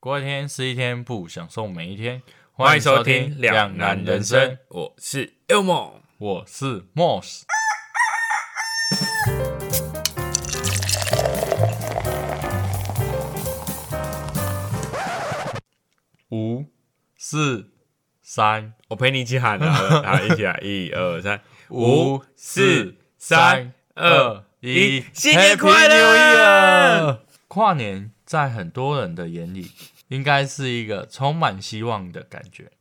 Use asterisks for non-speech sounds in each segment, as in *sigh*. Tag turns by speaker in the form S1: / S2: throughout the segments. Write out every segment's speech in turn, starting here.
S1: 过一天是一天，不享受每一天。
S2: 欢
S1: 欢
S2: 迎
S1: 迎
S2: 收
S1: 收
S2: 听
S1: 听
S2: 《
S1: 《
S2: 两
S1: 两
S2: 难
S1: 难
S2: 人
S1: 人
S2: 生
S1: 生》》，
S2: 我是 Elmo。
S1: 我是 Moss。五、四、三、
S2: 我陪你一起喊啊，好，一起来，一二三，
S1: 五、四、三、
S2: 呃
S1: 二、一，
S2: 新年快乐
S1: Happy New Year！跨年在很多人的眼里，应该是一个充满希望的感觉，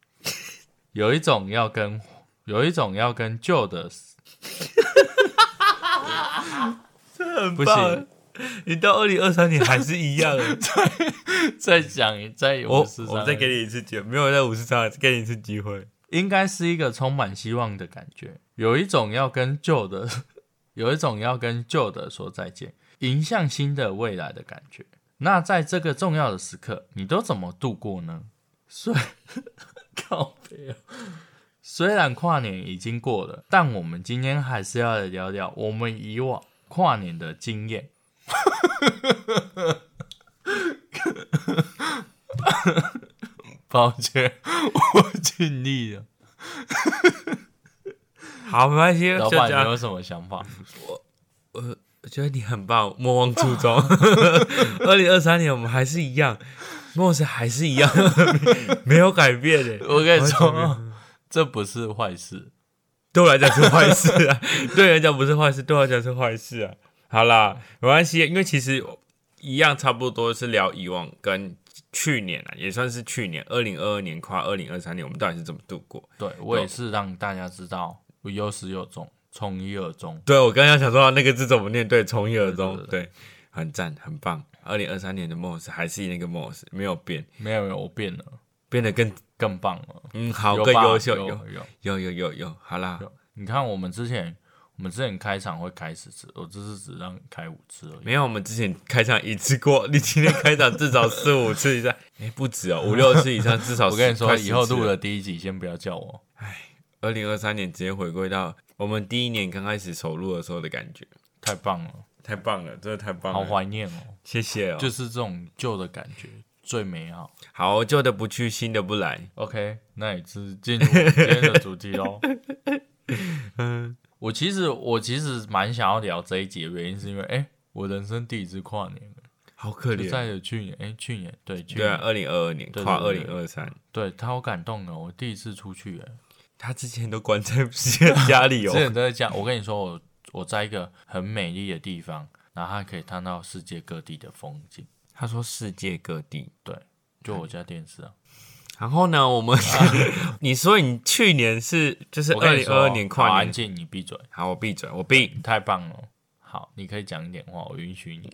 S1: 有一种要跟有一种要跟旧
S2: *laughs*
S1: 的
S2: 很
S1: 不行，
S2: 你到二零二三年还是一样。
S1: 再讲一再
S2: *laughs* 我
S1: 五十
S2: 我
S1: 张，
S2: 再给你一次机会，没有在五十三，给你一次机会。
S1: 应该是一个充满希望的感觉，有一种要跟旧的， *laughs* 有一种要跟旧的说再见，迎向新的未来的感觉。那在这个重要的时刻，你都怎么度过呢？虽 *laughs* 靠背哦虽然跨年已经过了，但我们今天还是要来聊聊我们以往跨年的经验。 *laughs* 抱歉，我尽力了。
S2: 好，没关系， *laughs*
S1: 老
S2: 就这
S1: 板，你
S2: 样。
S1: 有什么想
S2: *laughs*
S1: 法？
S2: 我觉得你很棒，莫忘初衷。 *laughs* 二零二三年我们还是一样，莫是还是一 *laughs* 样，没有改变欸的。
S1: 我跟你
S2: 完全没有
S1: 说，这不是坏事。
S2: 对我来讲是坏事啊，对人讲不是坏事，对我来讲是坏事啊。好啦，没关系，因为其实一样差不多是聊以往跟去年啊，也算是去年二零二二年跨二零二三年，我们到底是怎么度过？
S1: 对我也是让大家知道我有始有终，从一而终。
S2: 对我刚刚想说那个字怎么念，对，从一而终
S1: 对，
S2: 对，很赞，很棒。二零二三年的 Moss 还是那个 Moss，没有变，
S1: 没有没有，我变了，
S2: 变得更
S1: 更棒了，
S2: 嗯好，
S1: 有
S2: 更
S1: 吧
S2: 优秀，
S1: 有
S2: 有
S1: 有
S2: 有有有有，好啦，
S1: 有。你看我们之前，我们之前开场会开十次，我这次只让你开五次而已。
S2: 没有，我们之前开场一次过，你今天开场至少四五次以上， *laughs* 哎、不止哦，五六次以上，至少
S1: *laughs* 我跟你说，以后录
S2: 了
S1: 的第一集先不要叫我。
S2: 啊二零二三年，直接回归到我们第一年刚开始首录的时候的感觉，
S1: 太棒了，
S2: 太棒了，真的太棒
S1: 好
S2: 了，
S1: 怀念哦！
S2: 谢谢哦。就
S1: 就是这种旧的感觉最美好。
S2: 好，旧的不去，新的不来，
S1: OK，那也是进入今天的主题
S2: *laughs*
S1: 喽。嗯，
S2: 嗯
S1: 我其实我其实蛮想要聊这一集的原因，是因为哎、诶我人生第一次跨年了，
S2: 好可
S1: 就
S2: 怜。
S1: 在去年，哎、去年对，去
S2: 对
S1: 年
S2: 啊，二零二二年
S1: 对
S2: 跨二
S1: 对
S2: 零
S1: 对
S2: 二三，
S1: 对他好感动哦，我第一次出去、哎，
S2: 他之前都关在自己的家
S1: *laughs*
S2: 里
S1: 之
S2: 哦。
S1: 前都在讲，我跟你说，我我在一个很美丽的地方，然后还可以看到世界各地的风景，
S2: 他说世界各地。
S1: 就我家电视啊，
S2: 然后呢，我们、 *laughs* 你说你去年是就是
S1: 啊我
S2: 二
S1: 跟你
S2: 零
S1: 说哦
S2: 二二年
S1: 好
S2: 跨
S1: 安
S2: 年，
S1: 静，你闭嘴，
S2: 好，我闭嘴，我闭。
S1: 太棒了，好，你可以讲一点话，我允许你。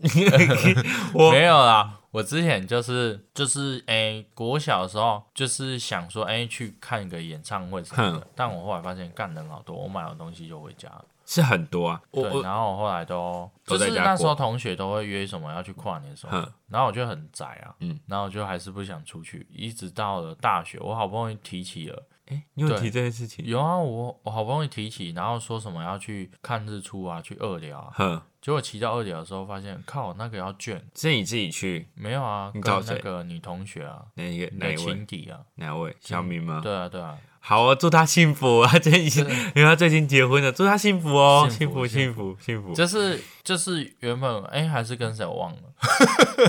S2: 我
S1: 没有啦，我之前就是就是诶、国小的时候就是想说诶、去看个演唱会什么的，但我后来发现干人好多，我买完东西就回家了。
S2: 是很多啊，我
S1: 对，
S2: 我
S1: 然后我后来都
S2: 都
S1: 就
S2: 在
S1: 是
S2: 家
S1: 那时候同学都会约什么要去跨年什么
S2: 哼
S1: 的，然后我就很宅啊，
S2: 嗯
S1: 然后我就还是不想出去，一直到了大学，我好不容易提起了，
S2: 哎，你有
S1: 对
S2: 提这件事情？
S1: 有啊，我我好不容易提起，然后说什么要去看日出啊，去二寮啊，
S2: 哼，
S1: 结果骑到二寮的时候发现，靠，那个要卷，
S2: 是你自己去
S1: 没有啊，
S2: 你
S1: 跟
S2: 找
S1: 那
S2: 谁
S1: 个女同学啊，
S2: 哪一个
S1: 你
S2: 哪
S1: 的
S2: 一位
S1: 情敌啊，
S2: 哪一位小明吗？
S1: 对啊对啊，
S2: 嗯好啊，祝他幸
S1: *laughs*
S2: 福啊！他最近已经
S1: 对
S2: 因为他最近结婚了，祝他幸福哦，幸
S1: 幸
S2: 福
S1: 福
S2: 幸福幸福。
S1: 就是就是原本哎、还是跟谁我忘了， *laughs*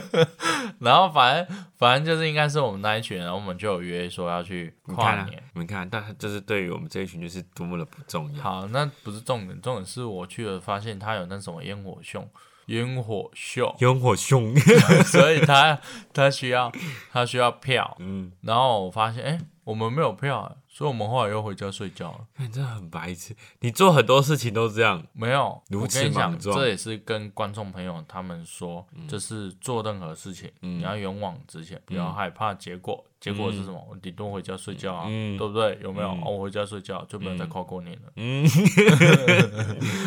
S1: 然后反正反正就是应该是我们那一群人，然后我们就有约说要去
S2: 你看
S1: 跨
S2: 啊
S1: 年。，
S2: 你们看，但他就是对于我们这一群就是多么的不重要。，
S1: 好，那不是重点，重点是我去了发现他有那什么烟火秀，烟火秀
S2: *laughs*
S1: *laughs*
S2: 烟火凶，
S1: 所以他他需要他需要票，
S2: *laughs* 嗯，
S1: 然后我发现哎、我们没有票，所以我们后来又回家睡觉了。
S2: 看真的很白痴。你做很多事情都这样，
S1: 没有，
S2: 如
S1: 我
S2: 此
S1: 跟你
S2: 莽
S1: 讲，
S2: 撞
S1: 这也是跟观众朋友他们说，就是做任何事情，你要勇往直前，不要害怕结果。结果是什么？我顶多回家睡觉啊，
S2: 嗯
S1: 对不对？有没有？哦，我回家睡觉就没有再跨过年了。 *laughs*
S2: 嗯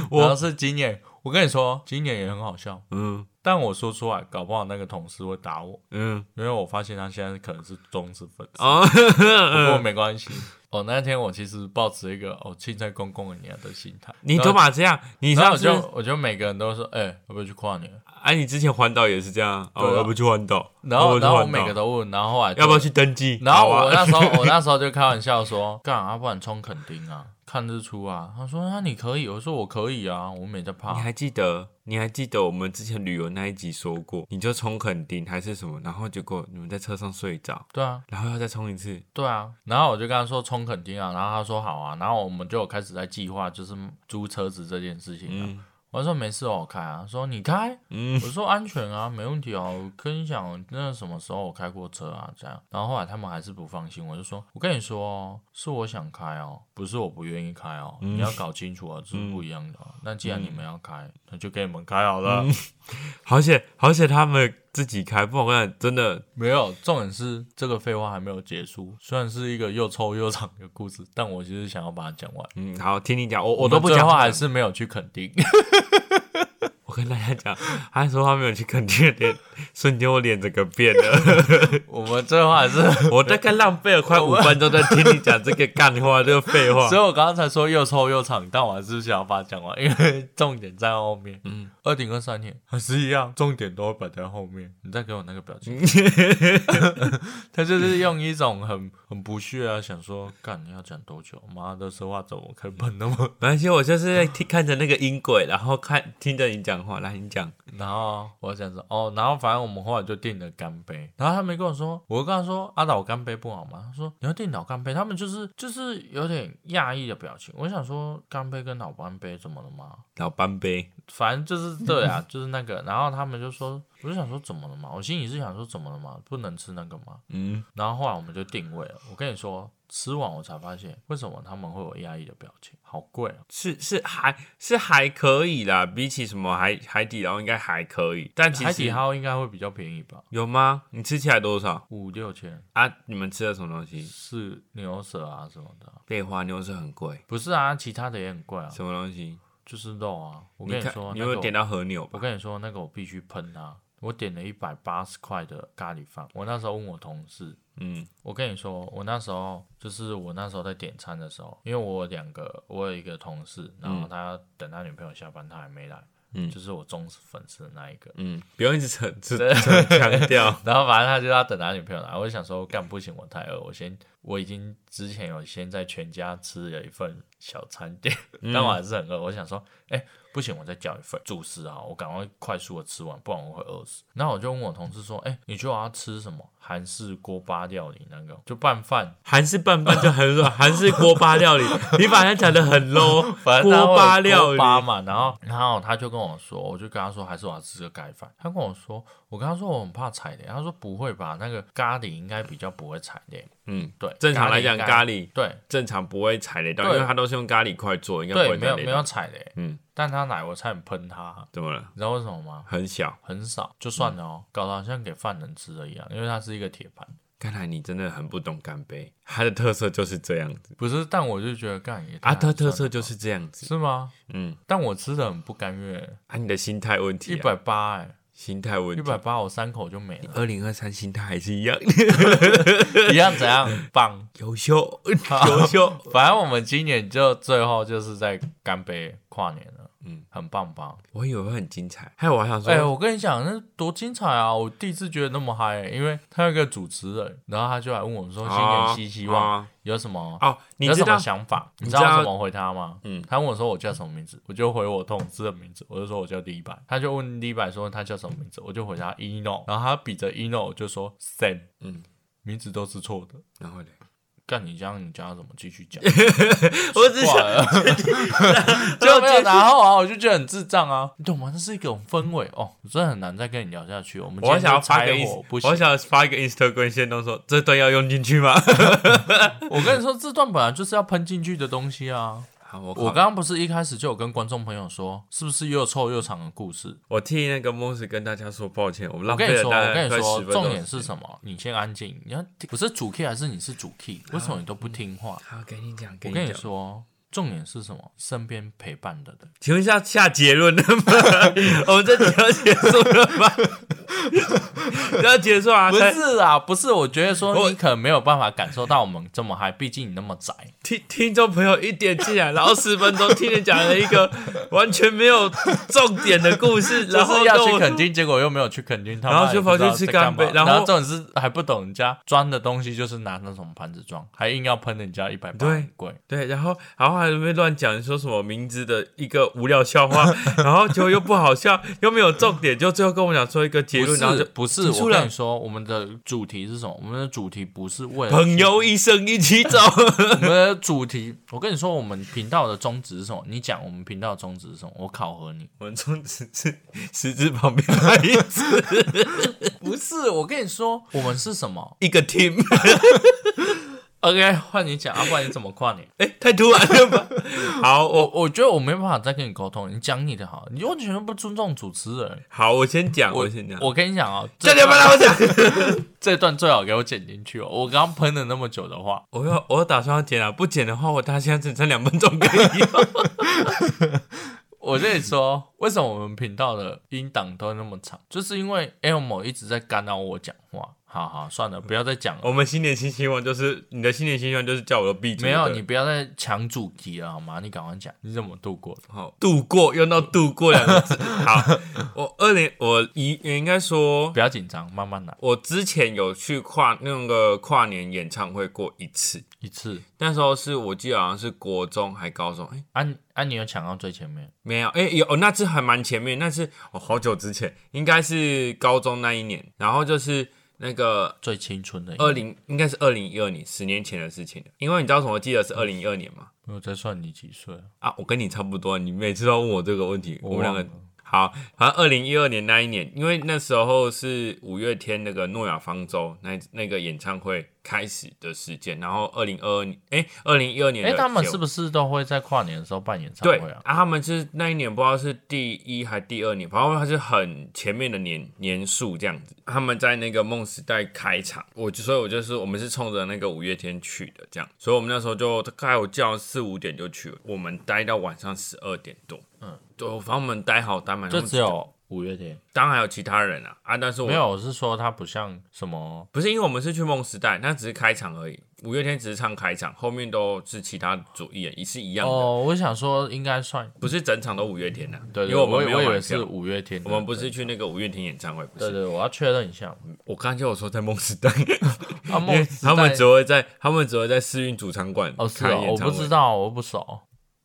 S1: 然后是今年，我跟你说，今年也很好笑，
S2: 嗯
S1: 但我说出来，搞不好那个同事会打我，
S2: 嗯
S1: 因为我发现他现在可能是忠实粉丝。
S2: 哦，
S1: *laughs* 不过没关系，哦，那天我其实抱持一个哦青菜公公的你的心态，
S2: 你都
S1: 把，
S2: 把这样，你
S1: 然后
S2: 上
S1: 我
S2: 次
S1: 就我就每个人都说，哎、要不要去跨年？
S2: 哎、你之前环岛也是这样，
S1: 对
S2: 哦，
S1: 啊
S2: 要不去环岛，
S1: 然后
S2: 哦
S1: 然后我
S2: 去环岛
S1: 每个都问，然后后来就
S2: 要不要去登记？
S1: 然后
S2: 好啊
S1: 我那时候，我那时候就开玩笑说， *laughs* 干啊，不然冲垦丁啊，看日出啊。他说，那、你可以，我说我可以啊，我没在怕
S2: 你。还记得？你还记得我们之前旅游那一集说过，你就冲垦丁还是什么，然后结果你们在车上睡着，
S1: 对啊，
S2: 然后要再冲一次，
S1: 对啊。然后我就跟他说冲垦丁啊，然后他说好啊，然后我们就有开始在计划就是租车子这件事情、啊。
S2: 嗯
S1: 我说没事哦，我开啊。说你开，
S2: 嗯
S1: 我说安全啊，没问题哦。我跟你讲，那什么时候我开过车啊？这样，然后后来他们还是不放心，我就说，我跟你说哦，是我想开哦，不是我不愿意开哦。
S2: 嗯
S1: 你要搞清楚
S2: *laughs*
S1: 哦，这是不一样的、哦。那既然你们要开，那就给你们开好了。
S2: 嗯好险好险，他们自己开，不然我跟你讲，真的
S1: *laughs* 没有，重点是这个废话还没有结束。虽然是一个又臭又长的故事，但我其实想要把它讲完。
S2: 嗯，好，听你讲，我
S1: 我
S2: 我都不讲
S1: 话，
S2: 话，
S1: 还 *laughs* 是没有去肯定。
S2: 我跟大家讲，他说他没有去垦丁的脸， *laughs* 瞬间我脸整个变了， *laughs*
S1: 我们这话还 *laughs* 是，
S2: 我大概浪费了快五分钟在听你讲这个干话，这个废
S1: *laughs*
S2: 话
S1: 所以。我刚刚才说又臭又长，但我还是想要把它讲完，因为 *laughs* 重点在后面。嗯，二零二三年还是一样，重点都会摆在后面。你再给我那个表情， *laughs* 他就是用一种很很不屑啊，想说干你要讲多久？妈的，说话怎么可以喷那么？
S2: 没关系，我就是在听看着那个音轨，然后看听着你讲话，来你讲，
S1: 然后我想说，哦，然后反正我们后来就订了干杯，然后他没跟我说，我就跟他说阿老干杯不好吗？他说你要订老干杯，他们就是就是有点讶异的表情。我想说干杯跟老干杯怎么了吗？
S2: 老班杯，
S1: 反正就是对
S2: *laughs*
S1: 啊，就是那个，然后他们就说，我就想说怎么了嘛，我心里是想说怎么了嘛，不能吃那个嘛，
S2: 嗯，
S1: 然后后来我们就定位了。我跟你说，吃完我才发现为什么他们会有压抑的表情，好贵哦。
S2: 是是还是还可以啦，比起什么海海底捞应该还可以，但其
S1: 海底
S2: 实
S1: 捞应该会比较便宜吧，
S2: 有吗？你吃起来多少
S1: 五六千
S2: 啊？你们吃的什么东西？
S1: 是牛舌啊什么的，
S2: 贝花妞是很贵，
S1: 不是啊，其他的也很贵啊，
S2: 什么东西？
S1: 就是肉啊。我跟
S2: 你看
S1: 说，
S2: 你
S1: 那个
S2: 有没有点
S1: 我
S2: 到和牛吧
S1: 我？跟你说，那个我必须喷啊！我点了一百八十块的咖喱饭，我那时候问我同事，
S2: 嗯
S1: 我跟你说，我那时候就是我那时候在点餐的时候，因为我有两个，我有一个同事，然后他等他女朋友下班，他还没来，
S2: 嗯
S1: 就是我忠实粉丝的那一个。
S2: 嗯，不用一直扯
S1: *laughs*
S2: 扯扯强调。
S1: 然后反正他就要等他女朋友来，我就想说，干不行，我太饿，我先我已经之前有先在全家吃了一份小餐点， *laughs* 但我还是很饿，我想说，哎、不行，我再叫一份主食啊，我赶快快速的吃完，不然我会饿死。然后我就问我同事说，哎、你觉得我要吃什么？韩式锅巴料理那个，就拌饭。
S2: 韩式拌饭就很软，韩式锅巴料理，你把它讲的很 low，
S1: *laughs* 反正他会有
S2: 锅巴料
S1: 锅巴
S2: 理，
S1: 嘛，然后然后他就跟我说，我就跟他说还是我要吃个盖饭。他跟我说，我跟他说我很怕踩雷，他说不会吧，那个咖喱应该比较不会踩雷。
S2: 嗯，
S1: 对，
S2: 正常来
S1: 应
S2: 讲
S1: 该
S2: 咖喱
S1: 对
S2: 正常不会踩雷到，
S1: 对
S2: 因为它都是用咖喱块做，应该不
S1: 对
S2: 会
S1: 没
S2: 踩
S1: 有
S2: 雷
S1: 没
S2: 到
S1: 有。踩雷，
S2: 嗯，
S1: 但他奶我差点喷他，
S2: 怎么了？
S1: 你知道为什么吗？
S2: 很小，
S1: 很少，就算了哦，搞得好像给犯人吃的一样，因为它是一个铁盘。
S2: 看来你真的很不懂干杯，它的特色就是这样子，
S1: 不是，但我就觉得干也
S2: 啊，
S1: 太寒
S2: 它
S1: 酸
S2: 特
S1: 了
S2: 色就是这样子，
S1: 是吗？
S2: 嗯，
S1: 但我吃的很不甘愿，
S2: 啊，你的心态问题、
S1: 一
S2: 啊，
S1: 百八哎，
S2: 心态问
S1: 一
S2: 题，
S1: 百八我三口就没
S2: *laughs*
S1: 了，
S2: 二零二三心态还是
S1: *laughs*
S2: 一样，
S1: 一样怎样棒？*laughs*
S2: 优秀，优秀，
S1: 反正我们今年就最后就是在干杯跨年了，
S2: 嗯
S1: 嗯，很棒吧？
S2: 我以为会很精彩，还有我还想说，
S1: 哎、我跟你讲，那多精彩啊！我第一次觉得那么嗨、欸因为他有一个主持人，然后他就来问我说：“新年新希望、
S2: 啊
S1: 有什么？
S2: 哦，你
S1: 有
S2: 知
S1: 什
S2: 道
S1: 么想法？”你
S2: 知
S1: 知
S2: 道
S1: 道我怎么回他吗？
S2: 嗯
S1: 他问我说我叫什么名字，我就回我同事的名字，我就说我叫李白，他就问李白说他叫什么名字，我就回答 Eno，然后他比着 Eno 我就说 Sam，
S2: 嗯，
S1: 名字都是错的。
S2: 然后嘞，
S1: 干你这样，你叫他怎么继续
S2: *laughs*
S1: 讲？
S2: 我只
S1: 挂
S2: 想
S1: 了， *laughs* 就没有然后啊，我就觉得很智障啊，你懂吗？那是一种氛围哦，我真的很难再跟你聊下去。我们
S2: 我想要发
S1: 拆
S2: 一个
S1: 我
S2: ins，
S1: 不行
S2: 我。想要发一个 Instagram 线动说这段要用进去吗？
S1: 我跟你说，这段本来就是要喷进去的东西啊。
S2: 好，我
S1: 我
S2: 我
S1: 刚刚不是一开始就有跟观众朋友说，是不是又臭又长的故事？
S2: 我替那个 Moss 跟大家说抱歉，我们
S1: 我
S2: 浪
S1: 跟
S2: 费
S1: 你
S2: 了
S1: 说，
S2: 啊大
S1: 我跟
S2: 概
S1: 你
S2: 快
S1: 说
S2: 十，分
S1: 重
S2: 钟
S1: 点。是什么？你先安静，你要听我是主 key 还是你是主 key？为什么你都不听话？
S2: 好，给你讲，给
S1: 我跟你
S2: 讲。
S1: 说，重点是什么？身边陪伴的人。 *laughs*
S2: 请问一下下结论了吗？我们这集要结束了吗？要结束啊！
S1: 不
S2: 才
S1: 是啊，不是，我觉得说
S2: 我
S1: 你可能没有办法感受到我们这么嗨，毕竟你那么宅。
S2: 听听众朋友一点进来，然后十分钟听你讲了一个 *laughs* 完全没有重点的
S1: *laughs*
S2: 故事，
S1: 就
S2: *laughs* 然后
S1: 是要
S2: 跟
S1: 去
S2: 我
S1: 垦丁，结果又没有去垦丁，他妈
S2: 然后就
S1: 也不知道
S2: 跑去吃
S1: 在干
S2: 干
S1: 嘛
S2: 贝然后
S1: 后这种是还不懂人家装的东西，就是拿那种盘子装，还硬要喷人家一百八，
S2: 对
S1: 很贵。
S2: 对，然后然后还会乱讲说什么名字的一个无聊笑话，
S1: *laughs*
S2: 然后就又不好笑，又没有重点，就最后跟我讲说一个结
S1: 不
S2: 论，然后
S1: 是
S2: 就
S1: 不是，
S2: 结束
S1: 我
S2: 了
S1: 跟你说，我们的主题是什么？我们的主题不是为了
S2: 朋友一生一起走。
S1: *laughs*
S2: *laughs*
S1: 我们的主题，我跟你说，我们频道的宗旨是什么？你讲我们频道的宗旨是什么？我考核你。
S2: 我们中指是食指旁边那一只，
S1: 不是，我跟你说，我们是什么
S2: 一个 team。
S1: ？OK，换你讲，啊，不然你怎么跨年？
S2: 哎、太突然了 *laughs* 吧？好，
S1: *laughs*
S2: 我
S1: 我我觉得我没办法再跟你沟通，你讲你的好，你完全不尊重主持人。
S2: 好，我先讲，我先讲。
S1: 我跟你讲哦，
S2: 这
S1: 这
S2: 你要不要让我讲？
S1: 这段最好给我剪进去哦。我刚刚喷了那么久的话，
S2: *laughs* 我要，我打算要剪啊，不剪的话，我大概现在只剩两分钟可以用。
S1: 我跟你说，为什么我们频道的音档都那么长，就是因为 Elmo 一直在干扰我讲话。好好，算了，不要再讲了。
S2: *laughs* 我们新年新希望就是你的新年新希望就是叫我闭嘴。
S1: 没有，
S2: 对
S1: 你不要再抢主题了好吗？你赶快讲，你怎么度过的？
S2: 好度过用到度过两个 *laughs* 字。好，我二零我一应该说
S1: 不要紧张，慢慢来，
S2: 我之前有去跨那个跨年演唱会过一次，
S1: 一次。
S2: 那时候是我记得好像是国中还高中，哎、
S1: 啊你啊，你有抢到最前面？
S2: 没有，哎、有、哦，那次还蛮前面，那次哦，好久之前，应该是高中那一年，然后就是那个
S1: 最青春的一年。
S2: 二零，应该是二零一二年，十年前的事情了因为你知道为什么？记得是二零一二年嘛。
S1: 我在算你几岁啊？
S2: 啊，我跟你差不多，你每次都问我这个问题，我们两个
S1: 忘了
S2: 好，好像二零一二年那一年，因为那时候是五月天那个诺亚方舟那那个演唱会开始的时间，然后二零二二年，哎、二零一二年
S1: 哎、
S2: 的
S1: 他们
S2: 结
S1: 是
S2: 尾
S1: 不是都会在跨年的时候办演唱
S2: 对
S1: 会啊？
S2: 他们是那一年不知道是第一还第二年，反正他是很前面的年年数这样子。他们在那个梦时代开场，我就所以我就是我们是冲着那个五月天去的这样，所以我们那时候就大概我叫四五点就去了，我们待到晚上十二点多。嗯，对，反正我们待好待满，
S1: 就只有五月天。
S2: 当然还有其他人啊啊，但是我
S1: 没有，我是说它不像什么
S2: 不是因为我们是去梦时代，那只是开场而已。五月天只是唱开场，后面都是其他主艺人，也是一样的，
S1: 哦，我想说应该算
S2: 不是整场都五月天的、啊。
S1: 对，
S2: 因
S1: 对
S2: 为我
S1: 我
S2: 们没有
S1: 以
S2: 买
S1: 为
S2: 票
S1: 是五月天的，
S2: 我们不是去那个五月天演唱会，不
S1: 啊对
S2: 是。
S1: 对，我要确认一下。
S2: 我刚才就有说在梦时代，
S1: 啊，
S2: 因
S1: *laughs*
S2: 为
S1: 梦时
S2: 他们
S1: 代
S2: 只会在他们只会在世运主场馆
S1: 哦是
S2: 开
S1: 哦，
S2: 演
S1: 我
S2: 唱
S1: 不
S2: 会
S1: 知。道，我不熟，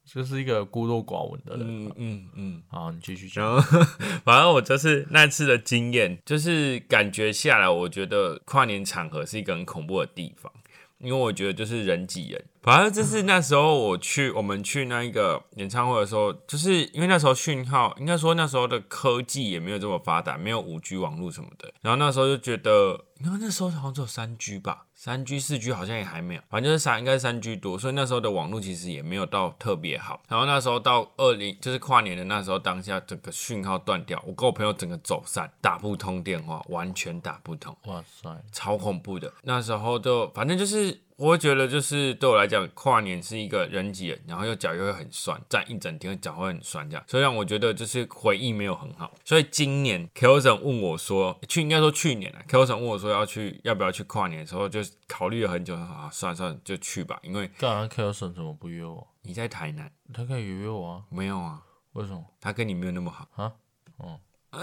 S1: 就是一个孤陋寡闻的人。
S2: 嗯嗯嗯。
S1: 好，你继续讲。
S2: 然后，反正我就是那次的经验，就是感觉下来，我觉得跨年场合是一个很恐怖的地方，因为我觉得就是人挤人。反正就是那时候我去，我们去那一个演唱会的时候，就是因为那时候讯号，应该说那时候的科技也没有这么发达，没有五 G 网络什么的。然后那时候就觉得，因为那时候好像只有三 G 吧，三 G、四 G 好像也还没有，反正就是三应该是三 G 多，所以那时候的网络其实也没有到特别好。然后那时候到二零就是跨年的那时候，当下整个讯号断掉，我跟我朋友整个走散，打不通电话，完全打不通。
S1: 哇塞，
S2: 超恐怖的。那时候就反正就是，我会觉得就是对我来讲，跨年是一个人挤人，然后又脚又会很酸，站一整天脚会很酸这样，所以让我觉得就是回忆没有很好。所以今年 k e l s o n 问我说，去应该说去年啊 k e l s o n 问我说要去要不要去跨年的时候，就考虑了很久，啊，算了算了，就去吧，因为
S1: 干嘛 k e l s o n 怎么不约我？
S2: 你在台南
S1: 他可以约我啊？
S2: 没有啊。
S1: 为什么？
S2: 他跟你没有那么好
S1: 啊。哦，
S2: *laughs*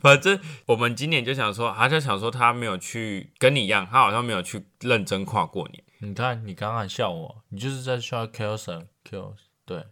S2: 反正我们今年就想说，他就想说他没有去跟你一样，他好像没有去认真跨过年。
S1: 你看你刚刚笑我，你就是在笑 k e l s o n k e l 对，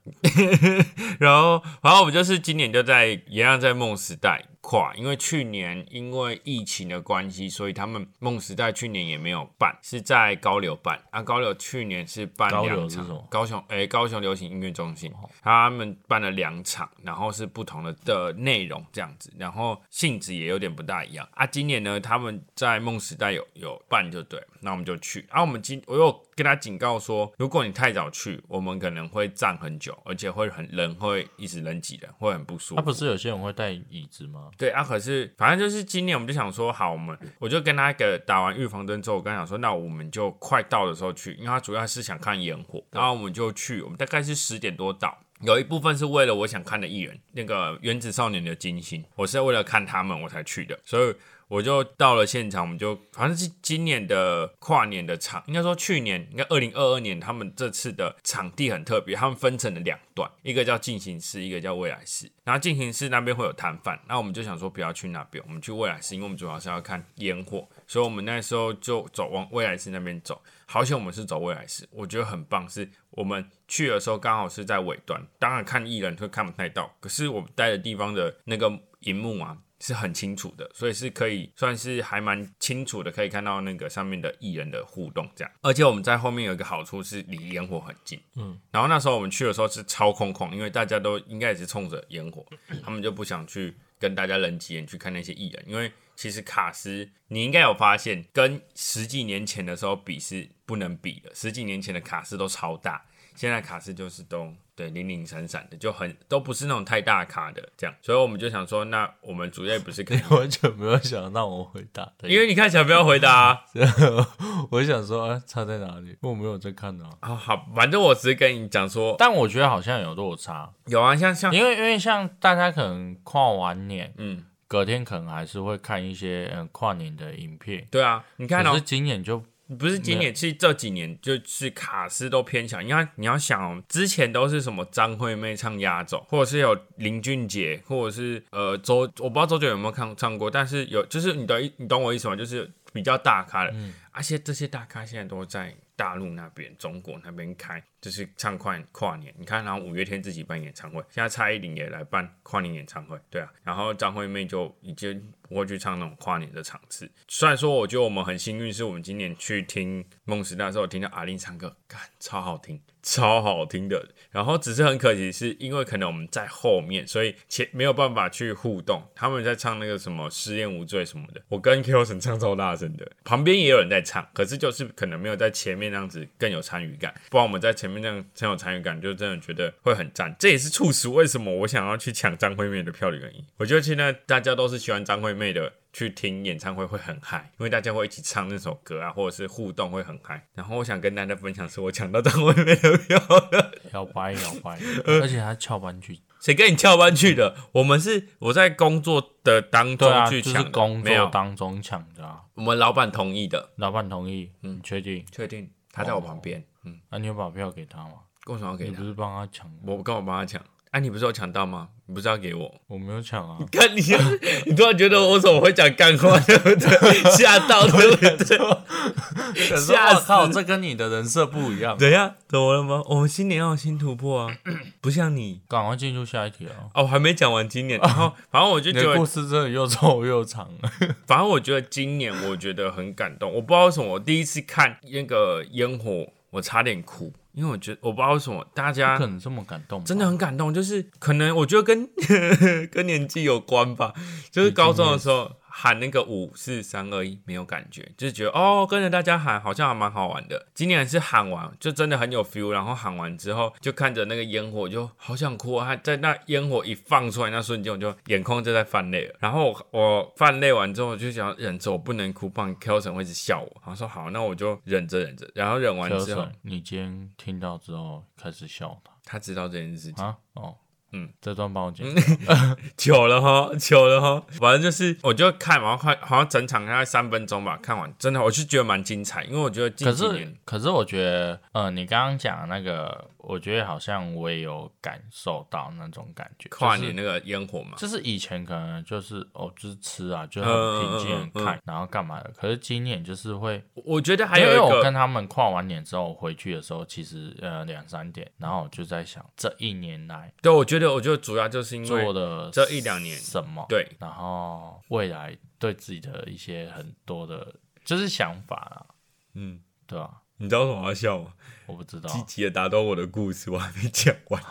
S2: 然后，然后我们就是今年就在一样在梦时代跨，因为去年因为疫情的关系，所以他们梦时代去年也没有办，是在高流办。啊，高流去年是办
S1: 高流
S2: 两
S1: 是
S2: 场
S1: 什么，
S2: 高雄诶、高雄流行音乐中心，
S1: 哦
S2: 他们办了两场，然后是不同的的内容这样子，然后性质也有点不大一样啊。今年呢，他们在梦时代有有办就对了，那我们就去。啊，我们今我有跟他警告说，如果你太早去，我们可能会站很久，而且会很人会一直人挤人，会很不舒
S1: 啊
S2: 服。
S1: 他不是有些人会带椅子吗？？
S2: 对啊，可是反正就是今年我们就想说，好，我们我就跟他给打完预防针之后，我跟他讲说，那我们就快到的时候去，因为他主要是想看烟火，然后我们就去，我们大概是十点多到，有一部分是为了我想看的艺人，那个原子少年的金星，我是为了看他们我才去的，所以我就到了现场，我们就好像是今年的跨年的场，应该说去年，应该二零二二年，他们这次的场地很特别，他们分成了两段，一个叫进行式，一个叫未来式。然后进行式那边会有摊贩，那我们就想说不要去那边，我们去未来式，因为我们主要是要看烟火，所以我们那时候就走往未来式那边走。好险我们是走未来式，我觉得很棒，是我们去的时候刚好是在尾端，当然看艺人会看不太到，可是我们待的地方的那个荧幕啊是很清楚的，所以是可以算是还蛮清楚的，可以看到那个上面的艺人的互动这样。而且我们在后面有一个好处是离烟火很近，嗯，然后那时候我们去的时候是超空旷，因为大家都应该也是冲着烟火，他们就不想去跟大家人挤人去看那些艺人，因为。其实卡斯，你应该有发现，跟十几年前的时候比是不能比的。十几年前的卡斯都超大，现在卡斯就是都对零零散散的，就很都不是那种太大卡的这样。所以我们就想说，那我们主页不是可以
S1: *laughs* 完全没有想到我回答的，
S2: 因为你看小彪回答啊、
S1: 我想说，啊，差在哪里？我没有在看啊。
S2: 哦好，反正我只是跟你讲说，
S1: 但我觉得好像有落差，
S2: 有啊，像
S1: *laughs*
S2: 像
S1: 因为因为像大家可能跨完年，
S2: 嗯，
S1: 隔天可能还是会看一些嗯跨年的影片，
S2: 对啊，你看
S1: 可
S2: 哦
S1: 是，今年就
S2: 不是今年，是这几年就是卡斯都偏强，因为你要想哦，之前都是什么张惠妹唱压轴，或者是有林俊杰，或者是呃周，我不知道周杰伦有没有看唱过，但是有就是你懂你懂我意思吗？就是比较大咖的，而且这些大啊咖现在都在大陆那边、中国那边开，就是唱跨跨年。你看，然后五月天自己办演唱会，现在蔡依林也来办跨年演唱会，对啊。然后张惠妹就已经不会去唱那种跨年的场次。虽然说，我觉得我们很幸运，是我们今年去听梦时代的时候，我听到阿令唱歌，干超好听。超好听的，然后只是很可惜，是因为可能我们在后面，所以前没有办法去互动。他们在唱那个什么《失恋无罪》什么的，我跟 Q 神唱超大声的，旁边也有人在唱，可是就是可能没有在前面那样子更有参与感。不然我们在前面那样很有参与感，就真的觉得会很赞。这也是促使为什么我想要去抢张惠妹的票的原因。我觉得现在大家都是喜欢张惠妹的，去听演唱会会很嗨，因为大家会一起唱那首歌啊，或者是互动会很嗨。然后我想跟大家分享，是我抢到张惠妹的票了。
S1: 摇摆摇摆，
S2: *laughs* 呃
S1: 而且还翘班去，
S2: 谁跟你翘班去的？我们是我在工作的当
S1: 对
S2: 中
S1: 啊，
S2: 去
S1: 就
S2: 抢的， *laughs*
S1: 是工
S2: 没
S1: 作
S2: 有，
S1: 当中抢的啊。
S2: 我们老板同意的，
S1: 老板同意，
S2: 嗯
S1: 你确定？
S2: 确定他在我旁边，嗯，
S1: 那、你有把票给他吗？
S2: 为什么要给
S1: 你
S2: 他
S1: 不？是帮他抢？
S2: 我跟我帮他抢。哎、你不是有抢到吗？你不是要给我？
S1: 我没有抢啊，
S2: 看你，你突然觉得我怎么会讲干话，对不对？吓到，对 *laughs* 不对？ *laughs* 吓
S1: 我
S2: 死
S1: 靠，这跟你的人设不一
S2: *laughs*
S1: 样。
S2: 怎样？怎么了吗？我们新年要有新突破啊！ *laughs* 不像你
S1: 赶快进入下一题啊！
S2: 哦，我还没讲完今年，然
S1: *laughs*
S2: 后反正我就
S1: 你
S2: 觉
S1: 的故
S2: 得，
S1: 事真的又臭又长，
S2: *laughs* 反正我觉得今年我觉得很感动。我不知道为什么，我第一次看那个烟火，我差点哭，因为我觉得我不知道为什么大
S1: 不
S2: 家
S1: 可能这么感动吧，
S2: 真的很感动，就是可能我觉得跟 *laughs* 跟年纪有关吧，就是高中的时候喊那个五四三二一没有感觉，就是觉得哦跟着大家喊好像还蛮好玩的。今年是喊完就真的很有 feel，然后喊完之后就看着那个烟火就好想哭啊，在那烟火一放出来那瞬间我就眼眶就在泛泪了。然后我我泛泪完之后我就想忍着我不能哭，不然 Kelson 会一直笑我。然后说好，那我就忍着忍着，然后忍完
S1: 车
S2: 之后
S1: 神，你今天听到之后开始笑
S2: 他知道这件事情。
S1: 他啊？哦，
S2: 嗯，
S1: 这段帮我剪。
S2: 糗了哈，糗了哈，反正就是我就看完，看好像整场大概三分钟吧，看完真的我是觉得蛮精彩，因为我觉得近
S1: 可
S2: 几
S1: 是
S2: 年，
S1: 可是我觉得，呃，你刚刚讲的那个，我觉得好像我也有感受到那种感觉，
S2: 跨
S1: 就是
S2: 年那个烟火嘛，
S1: 就是以前可能就是哦，就是吃啊，就很平静
S2: 嗯嗯嗯
S1: 地看，然后干嘛的。可是今年就是会，
S2: 我觉得还
S1: 因
S2: 有
S1: 为
S2: 一
S1: 我
S2: 个
S1: 跟他们跨完年之后回去的时候，其实呃两三点，然后我就在想这一年来
S2: 对，我觉得我觉得主要就是因
S1: 做
S2: 为
S1: 了
S2: 这一两年
S1: 什么，
S2: 对
S1: 然后未来对自己的一些很多的，就是想法啦，
S2: 嗯，
S1: 对吧、
S2: 你知道为什么要笑吗？
S1: 我不知道，
S2: 积极的打断我的故事，我还没讲完，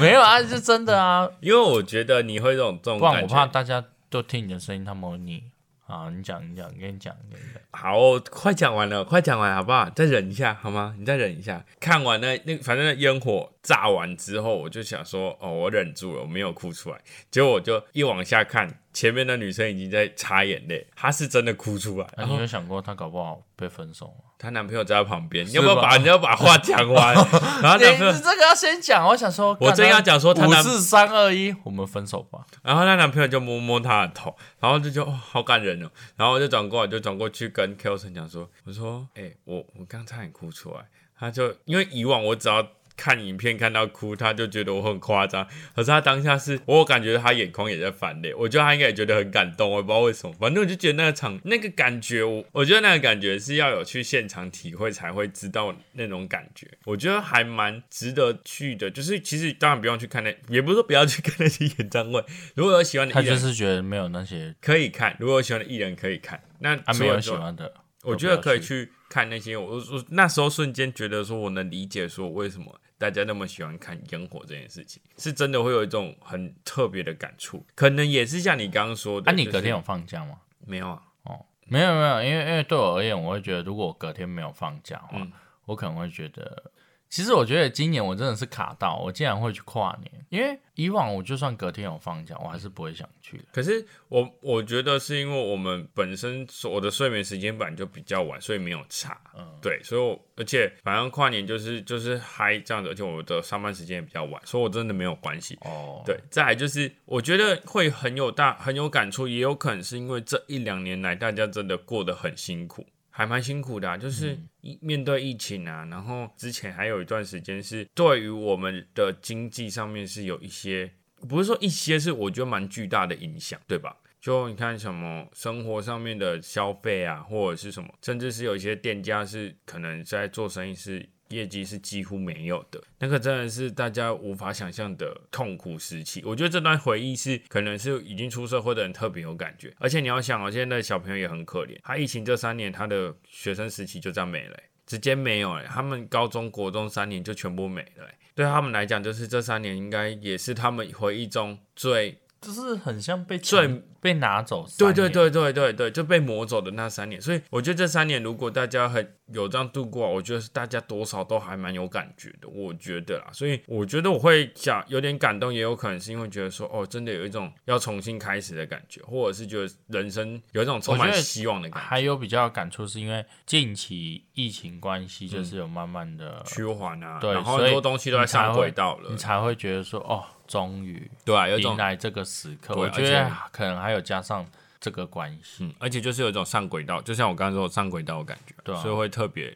S1: 没有啊，是真的啊，
S2: 因为我觉得你会这种这种
S1: 不然
S2: 感
S1: 我怕
S2: 觉。
S1: 大家都听你的声音，他们会腻啊。你讲，你讲，跟你讲，跟你讲。
S2: 好，快讲完了，快讲完好不好？再忍一下好吗？你再忍一下，看完那那反正那烟火炸完之后，我就想说，哦，我忍住了，我没有哭出来。结果我就一往下看，前面的女生已经在擦眼泪，她是真的哭出来。
S1: 那、
S2: 然
S1: 你
S2: 后
S1: 有想过她搞不好被分手吗？
S2: 她男朋友在她旁边，
S1: 是
S2: 要不要
S1: 吧哎
S2: 把你要把话讲
S1: *laughs*
S2: 完？然后男朋友
S1: 你，这个要先讲，我想说，
S2: 我正要讲说她
S1: 五
S2: 男
S1: 四三二一，我们分手吧。
S2: 然后她男朋友就摸摸她的头，然后就觉得哦，好感人哦。然后我就转过来，就转过去跟 Kelson 讲说，我说，哎、我我刚差点哭出来。他就因为以往我只要看影片看到哭，他就觉得我很夸张。可是他当下是我有感觉他眼眶也在泛泪，我觉得他应该也觉得很感动，我也不知道为什么。反正我就觉得那个场那个感觉，我我觉得那个感觉是要有去现场体会才会知道那种感觉。我觉得还蛮值得去的，就是其实当然不用去看那，也不是说不要去看那些演唱会。如果有喜欢的
S1: 她
S2: 艺
S1: 就
S2: 人，
S1: 是觉得没有那些
S2: 可以看；如果有喜欢的艺人，可以看。那
S1: 啊，没
S2: 除
S1: 有
S2: 了之
S1: 喜
S2: 外
S1: 欢的，
S2: 我觉得可以去看那些。我我那时候瞬间觉得说，我能理解说为什么大家那么喜欢看烟火这件事情，是真的会有一种很特别的感触。可能也是像你刚刚说的，
S1: 啊，你
S2: 就是
S1: 隔天有放假吗？
S2: 没有啊？
S1: 哦，没有没有，因为因为对我而言，我会觉得如果我隔天没有放假的话，
S2: 嗯
S1: 我可能会觉得，其实我觉得今年我真的是卡到，我竟然会去跨年，因为以往我就算隔天有放假，我还是不会想去的。
S2: 可是我我觉得是因为我们本身我的睡眠时间本来就比较晚，所以没有差。
S1: 嗯，
S2: 对，所以我而且反正跨年就是就是嗨这样子，而且我的上班时间也比较晚，所以我真的没有关系。
S1: 哦，
S2: 对，再来就是我觉得会很有大很有感触，也有可能是因为这一两年来大家真的过得很辛苦，还蛮辛苦的、啊，就是一面对疫情啊，然后之前还有一段时间是对于我们的经济上面是有一些，不是说一些是我觉得蛮巨大的影响，对吧？就你看什么生活上面的消费啊，或者是什么，甚至是有一些店家是可能在做生意是业绩是几乎没有的，那个真的是大家无法想象的痛苦时期。我觉得这段回忆是可能是已经出社会的人特别有感觉，而且你要想哦，现在的小朋友也很可怜，他疫情这三年他的学生时期就这样没了、欸直接没有了、他们高中国中三年就全部没了、欸对他们来讲，就是这三年应该也是他们回忆中最
S1: 就是很像被
S2: 最
S1: 抢被拿走三
S2: 对
S1: 年，
S2: 对对对对对，就被磨走的那三年，所以我觉得这三年如果大家很有这样度过，我觉得大家多少都还蛮有感觉的，我觉得啦，所以我觉得我会想有点感动，也有可能是因为觉得说哦，真的有一种要重新开始的感觉，或者是觉得人生有一种充
S1: 我
S2: 满
S1: 觉得
S2: 希望的感觉，
S1: 还有比较有感触，是因为近期疫情关
S2: 嗯
S1: 系，就是有慢慢的，
S2: 趋缓啊，
S1: 对
S2: 然后
S1: 所以
S2: 很多东西都在上轨道了
S1: 你，才会觉得说，哦，终于
S2: 对啊，有
S1: 迎
S2: 一种
S1: 来这个时刻。
S2: 对
S1: 我觉
S2: 而
S1: 得
S2: 且
S1: 可能还有加上这个关系，
S2: 嗯，而且就是有一种上轨道，就像我刚刚说的上轨道的感觉，
S1: 对啊
S2: 所以会特别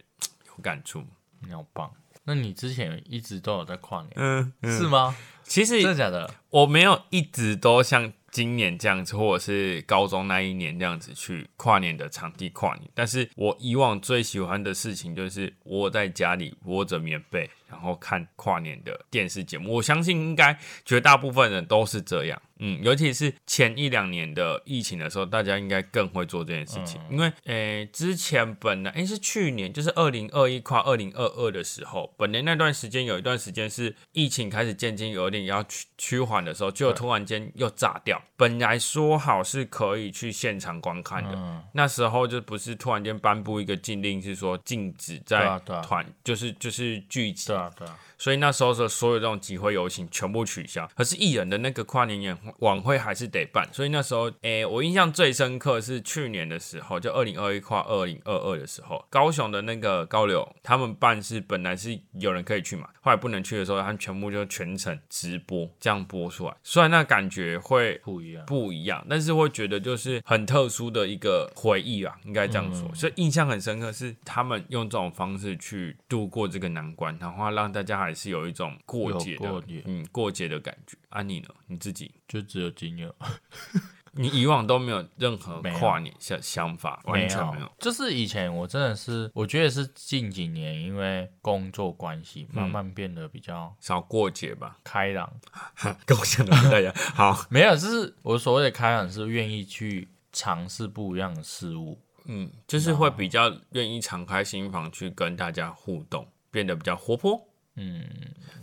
S2: 有感触，
S1: 你好棒。那你之前一直都有在跨年，
S2: 嗯，
S1: 是吗？
S2: 其实
S1: 真的假的？
S2: 我没有一直都像今年这样子，或者是高中那一年这样子去跨年的场地跨年。但是我以往最喜欢的事情就是窝在家里窝着棉被，然后看跨年的电视节目。我相信应该绝大部分人都是这样。嗯，尤其是前一两年的疫情的时候，大家应该更会做这件事情，
S1: 嗯
S2: 因为诶、之前本来诶、是去年，就是二零二一跨二零二二的时候，本来那段时间有一段时间是疫情开始渐渐有点要趋趋缓的时候，就突然间又炸掉。本来说好是可以去现场观看的，
S1: 嗯，
S2: 那时候就不是突然间颁布一个禁令，是说禁止
S1: 对
S2: 在
S1: 啊对啊
S2: 团、就是就是聚集
S1: 对啊，对啊，
S2: 所以那时候的所有这种集会游行全部取消，可是艺人的那个跨年演晚会还是得办。所以那时候，诶、我印象最深刻是去年的时候，就二零二一跨二零二二的时候，高雄的那个高柳他们办是本来是有人可以去嘛，后来不能去的时候，他们全部就全程直播这样播出来。虽然那感觉会
S1: 不一样。
S2: 不一样，但是会觉得就是很特殊的一个回忆啊，应该这样说。所以印象很深刻是他们用这种方式去度过这个难关，然后让大家还是有一种过节的
S1: 有过节
S2: 嗯过节的感觉。啊，你呢？你自己，
S1: 就只有今年
S2: 你以往都没有任何
S1: 没有
S2: 跨年想想法，完全没有。
S1: 就是以前我真的是，我觉得是近几年因为工作关系，慢慢变得比较
S2: 少过节吧，
S1: 开朗。
S2: 跟我想的不太一样。好，
S1: 没有，就是我所谓的开朗是愿意去尝试不一样的事
S2: *laughs*
S1: 物。
S2: *laughs* 嗯，就是会比较愿意敞开心房去跟大家互动，变得比较活泼。嗯，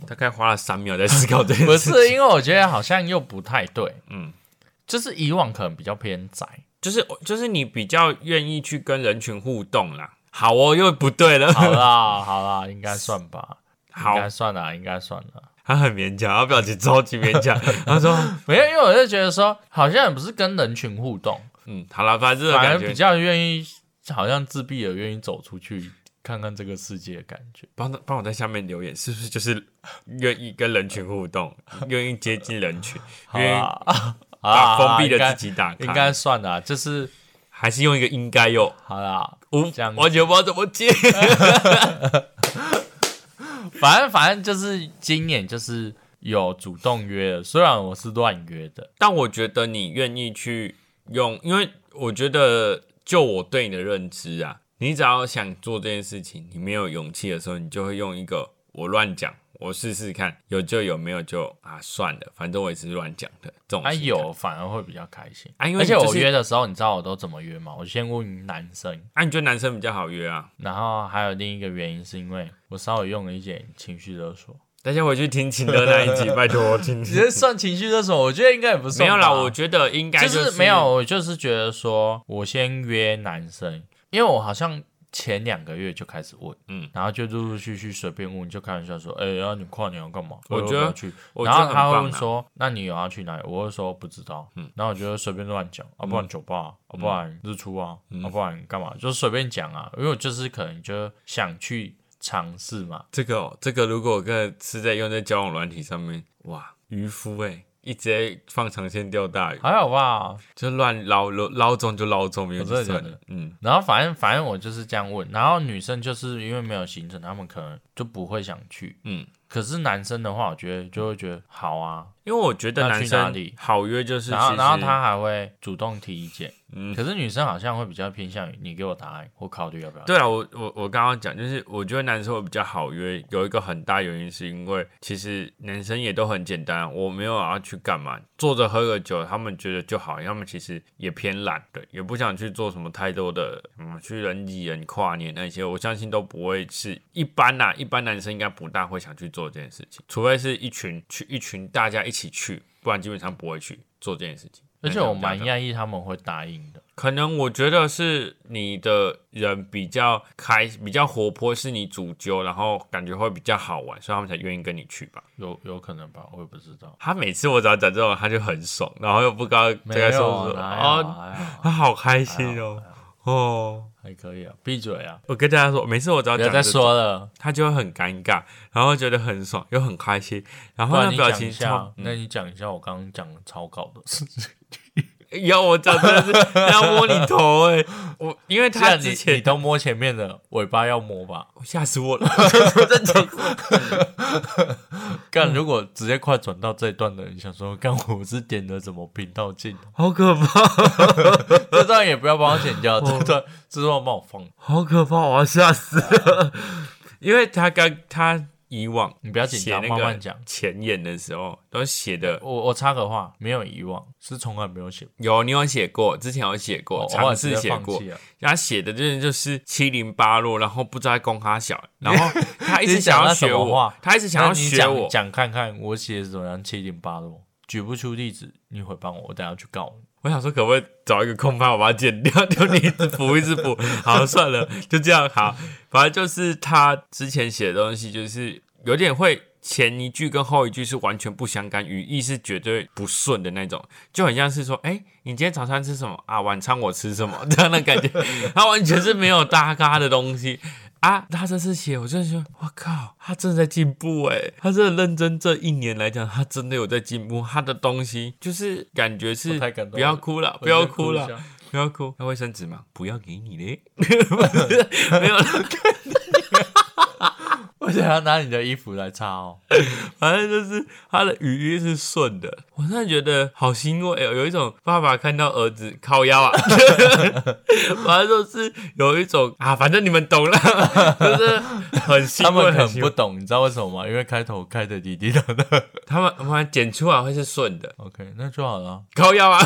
S2: 大概花了三秒在思考 *laughs* 这件
S1: 不
S2: 事。
S1: 是，因为我觉得好像又不太对，
S2: 嗯。
S1: 就是以往可能比较偏窄。
S2: 就是就是你比较愿意去跟人群互动啦。好哦，又不对了， *laughs*
S1: 好啦，好啦，应该算吧。应
S2: 好，
S1: 该算了，应该算了。
S2: 他很勉强，他表情超级勉强。 *laughs* 他说
S1: 没有，因为我就觉得说，好像也不是跟人群互动，：“
S2: 嗯，好了，反正这个
S1: 反而
S2: 感
S1: 比
S2: 觉，
S1: 较愿意，好像自闭而愿意走出去看看这个世界的感觉。
S2: 帮他帮我在下面留言，是不是就是愿意跟人群互动，愿意接近人群，
S1: 好
S2: 愿意
S1: 啦，
S2: 把封闭
S1: 的
S2: 的自己打开？
S1: 应该算啦，就是
S2: 还是用一个应该哟，
S1: 好啦，
S2: 我
S1: 这样子
S2: 完全不知道怎么接。
S1: 反正反正就是今年就是有主动约的，虽然我是乱约的，
S2: 但我觉得你愿意去用，因为我觉得就我对你的认知啊，你只要想做这件事情，你没有勇气的时候，你就会用一个我乱讲，我试试看，有就有，没有就啊算了，反正我也是乱讲的这种
S1: 啊
S2: 心态。
S1: 有反而会比较开心
S2: 啊因为
S1: 而且
S2: 就是
S1: 我约的时候，你知道我都怎么约吗？我先问男生，
S2: 啊，你觉得男生比较好约啊？
S1: 然后还有另一个原因是因为我稍微用了一点情绪勒索，
S2: 大家回去听秦乐那
S1: *laughs*
S2: 一集，拜托听
S1: 你。这算情绪勒索？我觉得应该也不算
S2: 没有啦，
S1: 吧
S2: 我觉得应该
S1: 就是
S2: 是
S1: 没有，我就是觉得说我先约男生，因为我好像前两个月就开始问，
S2: 嗯
S1: 嗯，然后就陆陆续续随便问，就开玩笑说，哎、然后你跨年要干嘛？
S2: 我
S1: 要
S2: 觉
S1: 不
S2: 得
S1: 要去，
S2: 我
S1: 然
S2: 觉得
S1: 后
S2: 很
S1: 他会
S2: 棒
S1: 问
S2: 啊
S1: 说，那你有要去哪里？我会说不知道，嗯，然后我就随便乱讲，啊，不
S2: 嗯
S1: 然酒吧啊，啊不然日出啊，啊，不然干嘛？就随便讲啊，因为我就是可能就想去尝试嘛，
S2: 这个、哦，这个如果跟是在用在交往软体上面，哇，渔夫哎、一直在放长线钓大鱼。
S1: 还好吧，
S2: 就乱捞捞捞中就捞中，没有
S1: 哦我真的
S2: 就算
S1: 假的
S2: 了。嗯，
S1: 然后反正反正我就是这样问，然后女生就是因为没有行程，他们可能就不会想去，
S2: 嗯。
S1: 可是男生的话，我觉得就会觉得好啊，
S2: 因为我觉得
S1: 那
S2: 男
S1: 去哪
S2: 生
S1: 里
S2: 好约就是，
S1: 然后然后，他还会主动提意见，
S2: 嗯，
S1: 可是女生好像会比较偏向于你给我答案，我考虑要不要。
S2: 对啊，我我我刚刚讲就是，我觉得男生会比较好约，有一个很大原因是因为其实男生也都很简单，啊我没有要去干嘛，坐着喝个酒，他们觉得就好，他们其实也偏懒的，也不想去做什么太多的，嗯，去人挤人、跨年那些，我相信都不会是一般啦、一般男生应该不大会想去做这件事情，除非是一群去一群大家一起去，不然基本上不会去做这件事情。
S1: 而且我
S2: 男生比较
S1: 蛮
S2: 少
S1: 讶异他们会答应的，
S2: 可能我觉得是你的人比较开，比较活泼，是你主揪，然后感觉会比较好玩，所以他们才愿意跟你去吧。
S1: 有有可能吧，我也不知道。
S2: 他每次我只要讲这种，他就很爽，然后又不高，
S1: 没
S2: 对
S1: 有
S2: 他说
S1: 啊
S2: 说
S1: 哪有
S2: 哦，
S1: 啊，还好
S2: 他好开心哦，哦。
S1: 还可以啊，闭嘴啊，
S2: 我跟大家说，每次我只要
S1: 不
S2: 讲
S1: 要
S2: 这
S1: 再
S2: 种，
S1: 说了，
S2: 他就会很尴尬，然后觉得很爽又很开心，然
S1: 不
S2: 后
S1: 然
S2: 那
S1: 你
S2: 表
S1: 讲
S2: 情
S1: 一
S2: 超
S1: 下，那你讲一下我刚刚讲的超稿的 *laughs* 事情。
S2: 要我讲真的是 *laughs* 要摸你头哎、我因为
S1: 既
S2: 他
S1: 然啊
S2: 之
S1: 你你
S2: 前
S1: 都摸前面的尾巴要摸吧，
S2: 吓死
S1: *laughs*
S2: 我了，
S1: 干，如果直接快转到这一段的人，想说干，我是点了什么频道进？
S2: *laughs*
S1: *laughs*
S2: 好可怕。
S1: 这段也不要帮我剪掉，这段这段帮我放，
S2: 好可怕，我要吓死了。因为他刚他以往
S1: 你不要紧
S2: 写
S1: 张，
S2: 那
S1: 慢慢
S2: 个
S1: 讲。
S2: 前言的时候，都写的
S1: 我我插个话，没有遗忘，是从来没有写过，
S2: 有你有写过，之前有写过，
S1: 我
S2: 尝试写
S1: 啊
S2: 过，他写的真的就是七零八落，然后不知道在攻他小，然后他一直想要学
S1: 你讲到什么
S2: 我
S1: 话，
S2: 他一直想要学
S1: 讲
S2: 我，
S1: 讲看看我写的怎么样，七零八落，举不出例子，你毁谤我，我等下去告你。
S2: 我想说，可不可以找一个空拍，我把它剪掉，就你一直补，一直补。好，算了，就这样。好，反正就是他之前写的东西，就是有点会前一句跟后一句是完全不相干，语义是绝对不顺的那种，就很像是说，哎、你今天早餐吃什么啊？晚餐我吃什么？这样的
S1: *laughs*
S2: 感觉，他完全是没有搭嘎的东西。啊，他这次写，我真的觉得，我靠，他真的在进步哎，他真的认真这一年来讲，他真的有在进步，他的东西就是感觉是
S1: 我太感动了
S2: 不要哭了，不要哭了，不要哭，要卫生纸吗？不要给你嘞，没有啦，
S1: 我想要拿你的衣服来擦哦。
S2: 反正就是他的语音是顺的，我真的觉得好欣慰哦，有一种爸爸看到儿子靠腰啊， *laughs* 反正就是有一种啊，反正你们懂了， *laughs* 就是很欣
S1: 他
S2: 慰，
S1: 们
S2: 很
S1: 很
S2: 欣
S1: 不
S2: 慰，
S1: 懂，你知道为什么吗？因为开头开的滴滴答答。
S2: 他们他们剪出来会是顺的，
S1: OK，那就好了。
S2: 靠腰啊。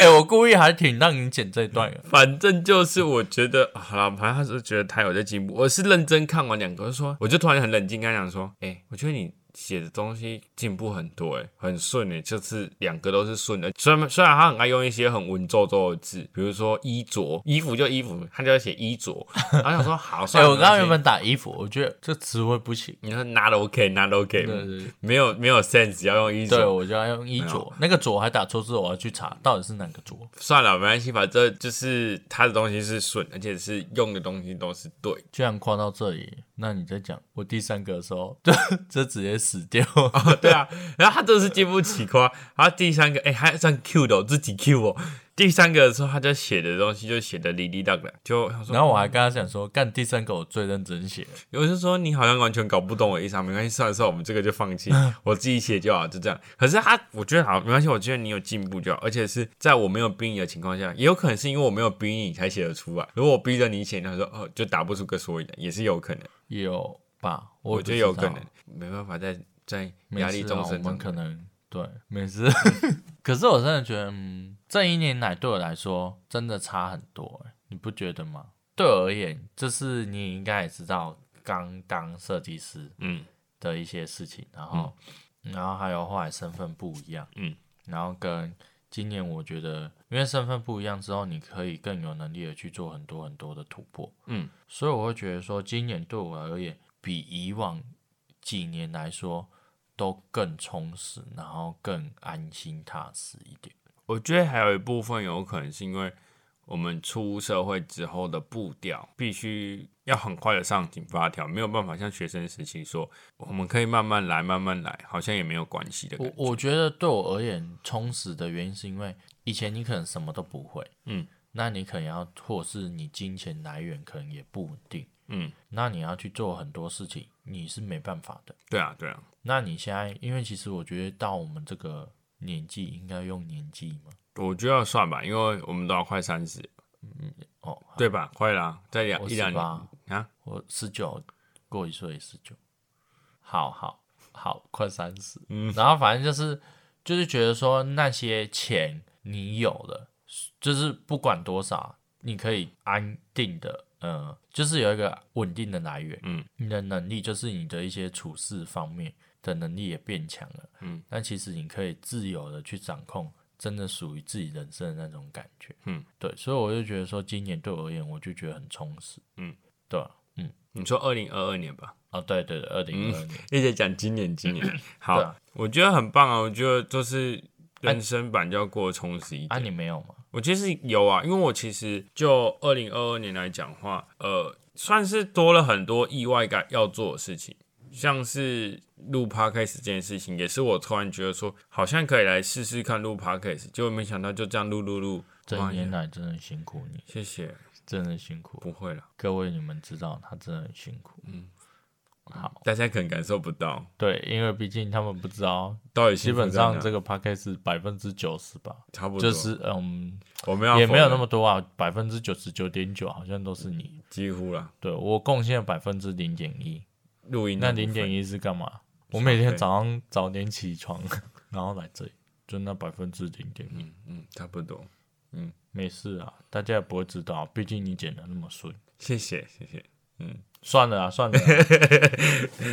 S1: 哎、我故意还挺让你剪这一段的。
S2: 嗯 *laughs* 反正就是我觉得啊好了，反正他是觉得他有在进步。我是认真看完两个，我就说我就就突然很冷静跟他讲说，哎、我觉得你写的东西进步很多、哎，很顺，哎，就是两个都是顺的。虽然虽然他很爱用一些很文绉绉的字，比如说衣着，衣服就衣服，他就要写衣着。然后想说 *laughs* 好，
S1: 哎、
S2: 算了，
S1: 我刚刚
S2: 没
S1: 原
S2: 关
S1: 本
S2: 系
S1: 打衣服，我觉得这词汇不行。
S2: 你说 not OK not OK，
S1: 对对对
S2: 没有没有 sense，要用衣
S1: 对，
S2: 嗯着。
S1: 我就要用衣着，那个着还打错字，我要去查到底是哪个着。
S2: 算了，没关系，反正就是他的东西是顺，而且是用的东西都是对的。
S1: 居然夸到这里，那你在讲我第三个的时候， *laughs* 就就直接死掉。
S2: *laughs* 对啊，然后他真的是经不起夸。然后第三个，哎、还算 Q 的、哦，自己 Q 哦。第三个的时候，他就写的东西就写的哩哩当当，就想说，
S1: 然后我还跟他讲说，干第三个我最认真写，
S2: 我就说你好像完全搞不懂我的意思啊，没关系，算了算了，我们这个就放
S1: *laughs*
S2: 弃，我自己写就好，就这样。可是他，我觉得好，没关系，我觉得你有进步就好，而且是在我没有逼你的情况下，也有可能是因为我没有逼你才写得出来。如果我逼着你写，他说哦，就打不出个所以然，也是有可能。
S1: 有吧？
S2: 我
S1: 我
S2: 觉得有可能
S1: 也不知道，
S2: 没办法在在
S1: 每
S2: 压力
S1: 次
S2: 中
S1: 啊我
S2: 生
S1: 们
S2: 存。
S1: 可能对每
S2: *laughs*
S1: 次。 *laughs* 可是我真的觉得，嗯，这一年来对我来说真的差很多、欸，你不觉得吗？对我而言，这是你应该也知道，刚当设计师，
S2: 嗯
S1: 的一些事情，然后、嗯然后还有后来身份不一样，
S2: 嗯，
S1: 然后跟今年我觉得，因为身份不一样之后，你可以更有能力的去做很多很多的突破，
S2: 嗯，
S1: 所以我会觉得说，今年对我而言，比以往几年来说都更充实，然后更安心踏实一点。
S2: 我觉得还有一部分有可能是因为我们出社会之后的步调必须要很快的上紧发条，没有办法像学生时期说我们可以慢慢来，慢慢来，好像也没有关系的感
S1: 我
S2: 觉。
S1: 我觉得对我而言充实的原因，是因为以前你可能什么都不会，
S2: 嗯，
S1: 那你可能要，或是你金钱来源可能也不稳定，
S2: 嗯，
S1: 那你要去做很多事情，你是没办法的。
S2: 对啊，对啊，
S1: 那你现在，因为其实我觉得到我们这个年纪，应该用年纪嘛，
S2: 我觉得要算吧，因为我们都要快三十，嗯
S1: 哦，
S2: 对吧？快啦，再两
S1: 我
S2: 一
S1: 十
S2: 两年
S1: 八，
S2: 啊，
S1: 我十九，过一岁十九，好好好，快三十，
S2: 嗯
S1: 然后反正就是就是觉得说那些钱你有了，就是不管多少，你可以安定的，呃，就是有一个稳定的来源，
S2: 嗯，
S1: 你的能力就是你的一些处事方面的能力也变强了，
S2: 嗯，
S1: 但其实你可以自由的去掌控。真的属于自己人生的那种感觉，
S2: 嗯，
S1: 对，所以我就觉得说，今年对我而言，我就觉得很充实，
S2: 嗯，
S1: 对啊、嗯，
S2: 你说二零二二年吧？
S1: *laughs* 哦，对对对，二零二二年，
S2: 一直讲今年，今年好，
S1: 对啊
S2: 我觉得很棒啊！我觉得就是人生版就要过得充实一点。
S1: 啊，你没有吗？
S2: 我觉得是有啊，因为我其实就二零二二年来讲话，呃，算是多了很多意外感要做的事情，像是录 podcast 这件事情，也是我突然觉得说，好像可以来试试看录 podcast，结果没想到就这样录录录，
S1: 这一
S2: 哇
S1: 年
S2: 也
S1: 来真的辛苦你，
S2: 谢谢，
S1: 真的辛苦
S2: 不会了，
S1: 各位，你们知道他真的很辛苦。嗯，好，
S2: 大家可能感受不到，
S1: 对，因为毕竟他们不知道，
S2: 到底
S1: 基
S2: 幸福
S1: 本
S2: 在哪
S1: 上这个 p a c k a g e 百分之九十吧，
S2: 差不多，
S1: 就是嗯，
S2: 我们要
S1: 也没有
S2: 否
S1: 那
S2: 认
S1: 么多啊，百分之九十九点九好像都是你。
S2: 几乎了，
S1: 对我贡献百分之零点一，
S2: 录音
S1: 那
S2: 的部
S1: 零
S2: 分
S1: 点一是干嘛？我
S2: 耍
S1: 每天
S2: 废
S1: 早上早点起床， *laughs* 然后来这里，就那百分之零点一。
S2: 嗯嗯，差不多。
S1: 没事啊，大家也不会知道，毕竟你剪的那么顺。
S2: 谢谢谢 *laughs* 谢，
S1: 算了啊，算了啊。
S2: *laughs*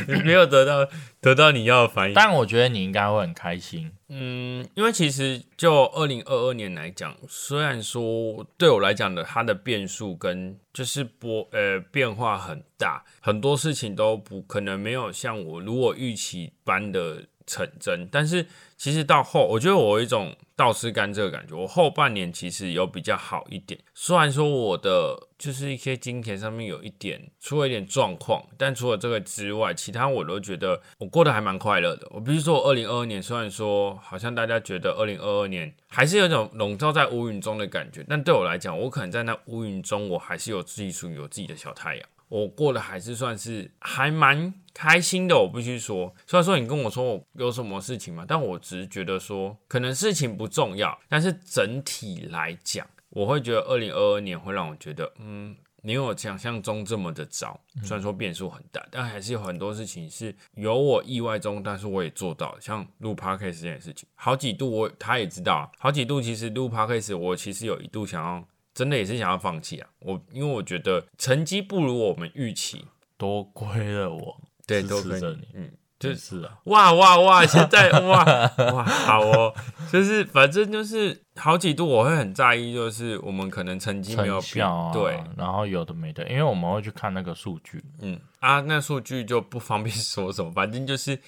S2: 你没有得到得到你要的反应。
S1: 但我觉得你应该会很开心。
S2: 嗯，因为其实就二零二二年来讲，虽然说对我来讲的它的变数跟就是波呃变化很大，很多事情都不可能没有像我如果预期般的成真，但是其实到后，我觉得我有一种倒吃甘蔗的感觉。我后半年其实有比较好一点，虽然说我的就是一些金钱上面有一点出了一点状况，但除了这个之外，其他我都觉得我过得还蛮快乐的。我必须说，二零二二年虽然说好像大家觉得二零二二年还是有一种笼罩在乌云中的感觉，但对我来讲，我可能在那乌云中，我还是有自己属于我自己的小太阳。我过得还是算是还蛮开心的，我必须说。虽然说你跟我说我有什么事情嘛，但我只是觉得说，可能事情不重要，但是整体来讲，我会觉得二零二二年会让我觉得，嗯，没有想象中这么的糟。
S1: 嗯
S2: 虽然说变数很大，但还是有很多事情是有我意外中，但是我也做到了。像录 podcast 这件事情，好几度我他也知道啊，好几度其实录 podcast 我其实有一度想要。真的也是想要放弃啊！我因为我觉得成绩不如我们预期，
S1: 多亏了我，
S2: 对，
S1: 支
S2: 多
S1: 持
S2: 亏
S1: 着
S2: 你
S1: 你，
S2: 嗯，就
S1: 就是是啊，
S2: 哇哇哇，现在哇哇好哦，就是反正就是好几度我会很在意，就是我们可能成绩没有
S1: 成
S2: 比、
S1: 效啊，
S2: 对，，
S1: 然后有的没的，因为我们会去看那个数据，
S2: 嗯啊，那数据就不方便说什么，反正就是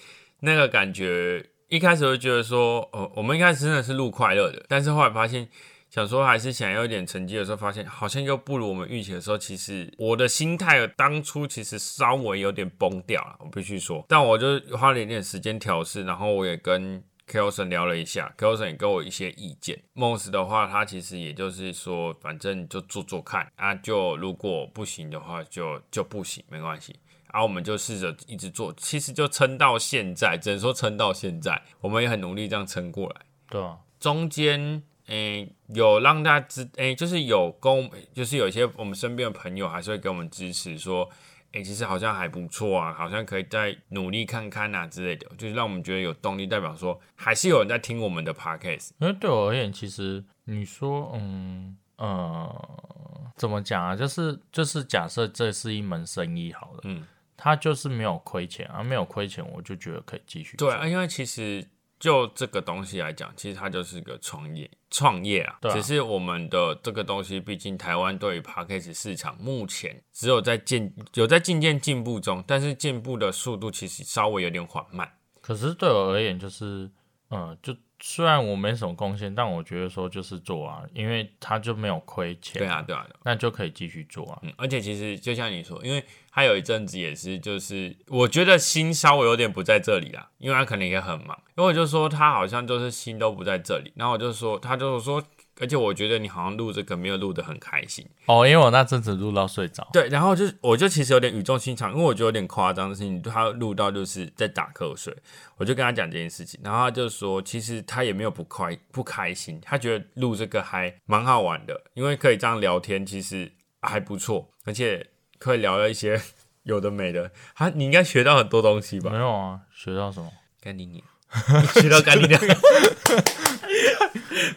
S2: 那个感觉，一开始会觉得说，呃，我们一开始真的是录快乐的，但是后来发现，想说还是想要一点成绩的时候，发现好像又不如我们预期的时候，其实我的心态当初其实稍微有点崩掉了，我必须说，但我就花了一点时间调试，然后我也跟。Kelson 聊了一下，Kelson 也给我一些意见。Moss 的话，他其实也就是说，反正就做做看啊，就如果不行的话就，就不行，没关系。然后我们就试着一直做，其实就撑到现在，只能说撑到现在，我们也很努力这样撑过来。
S1: 对吧？
S2: 中间，诶、有让大家知，诶、就是有跟我们，就是有一些我们身边的朋友还是会给我们支持，说，诶、其实好像还不错啊，好像可以再努力看看啊之类的，就是让我们觉得有动力，代表说还是有人在听我们的 podcast。
S1: 因为对我而言，其实你说，嗯呃，怎么讲啊？就是就是，假设这是一门生意好了，
S2: 嗯，
S1: 他就是没有亏钱啊，没有亏钱，我就觉得可以继续做。
S2: 对啊，因为其实就这个东西来讲，其实它就是个创业，创业啊。
S1: 对啊
S2: 只是我们的这个东西，毕竟台湾对于 p a c k a g e 市场目前只有在进有在渐渐进步中，但是进步的速度其实稍微有点缓慢。
S1: 可是对我而言，就是，呃，就虽然我没什么贡献，但我觉得说就是做啊，因为他就没有亏钱，
S2: 对啊，，对啊，对啊
S1: 那就可以继续做啊。
S2: 嗯。而且其实就像你说，因为他有一阵子也是，就是我觉得心稍微有点不在这里啦，因为他可能也很忙。因为我就说他好像就是心都不在这里，然后我就说他就说，而且我觉得你好像录这个没有录得很开心。
S1: 哦，因为我那阵子录到睡着，
S2: 对，然后就是我就其实有点语重心长，因为我觉得有点夸张的事情，他录到就是在打瞌睡，我就跟他讲这件事情，然后他就说，其实他也没有不快不开心，他觉得录这个还蛮好玩的，因为可以这样聊天，其实还不错，而且可以聊到一些 *laughs* 有的没的，他你应该学到很多东西吧
S1: 没？有啊，学到什么？
S2: 干你娘，学到干你 *laughs* 娘，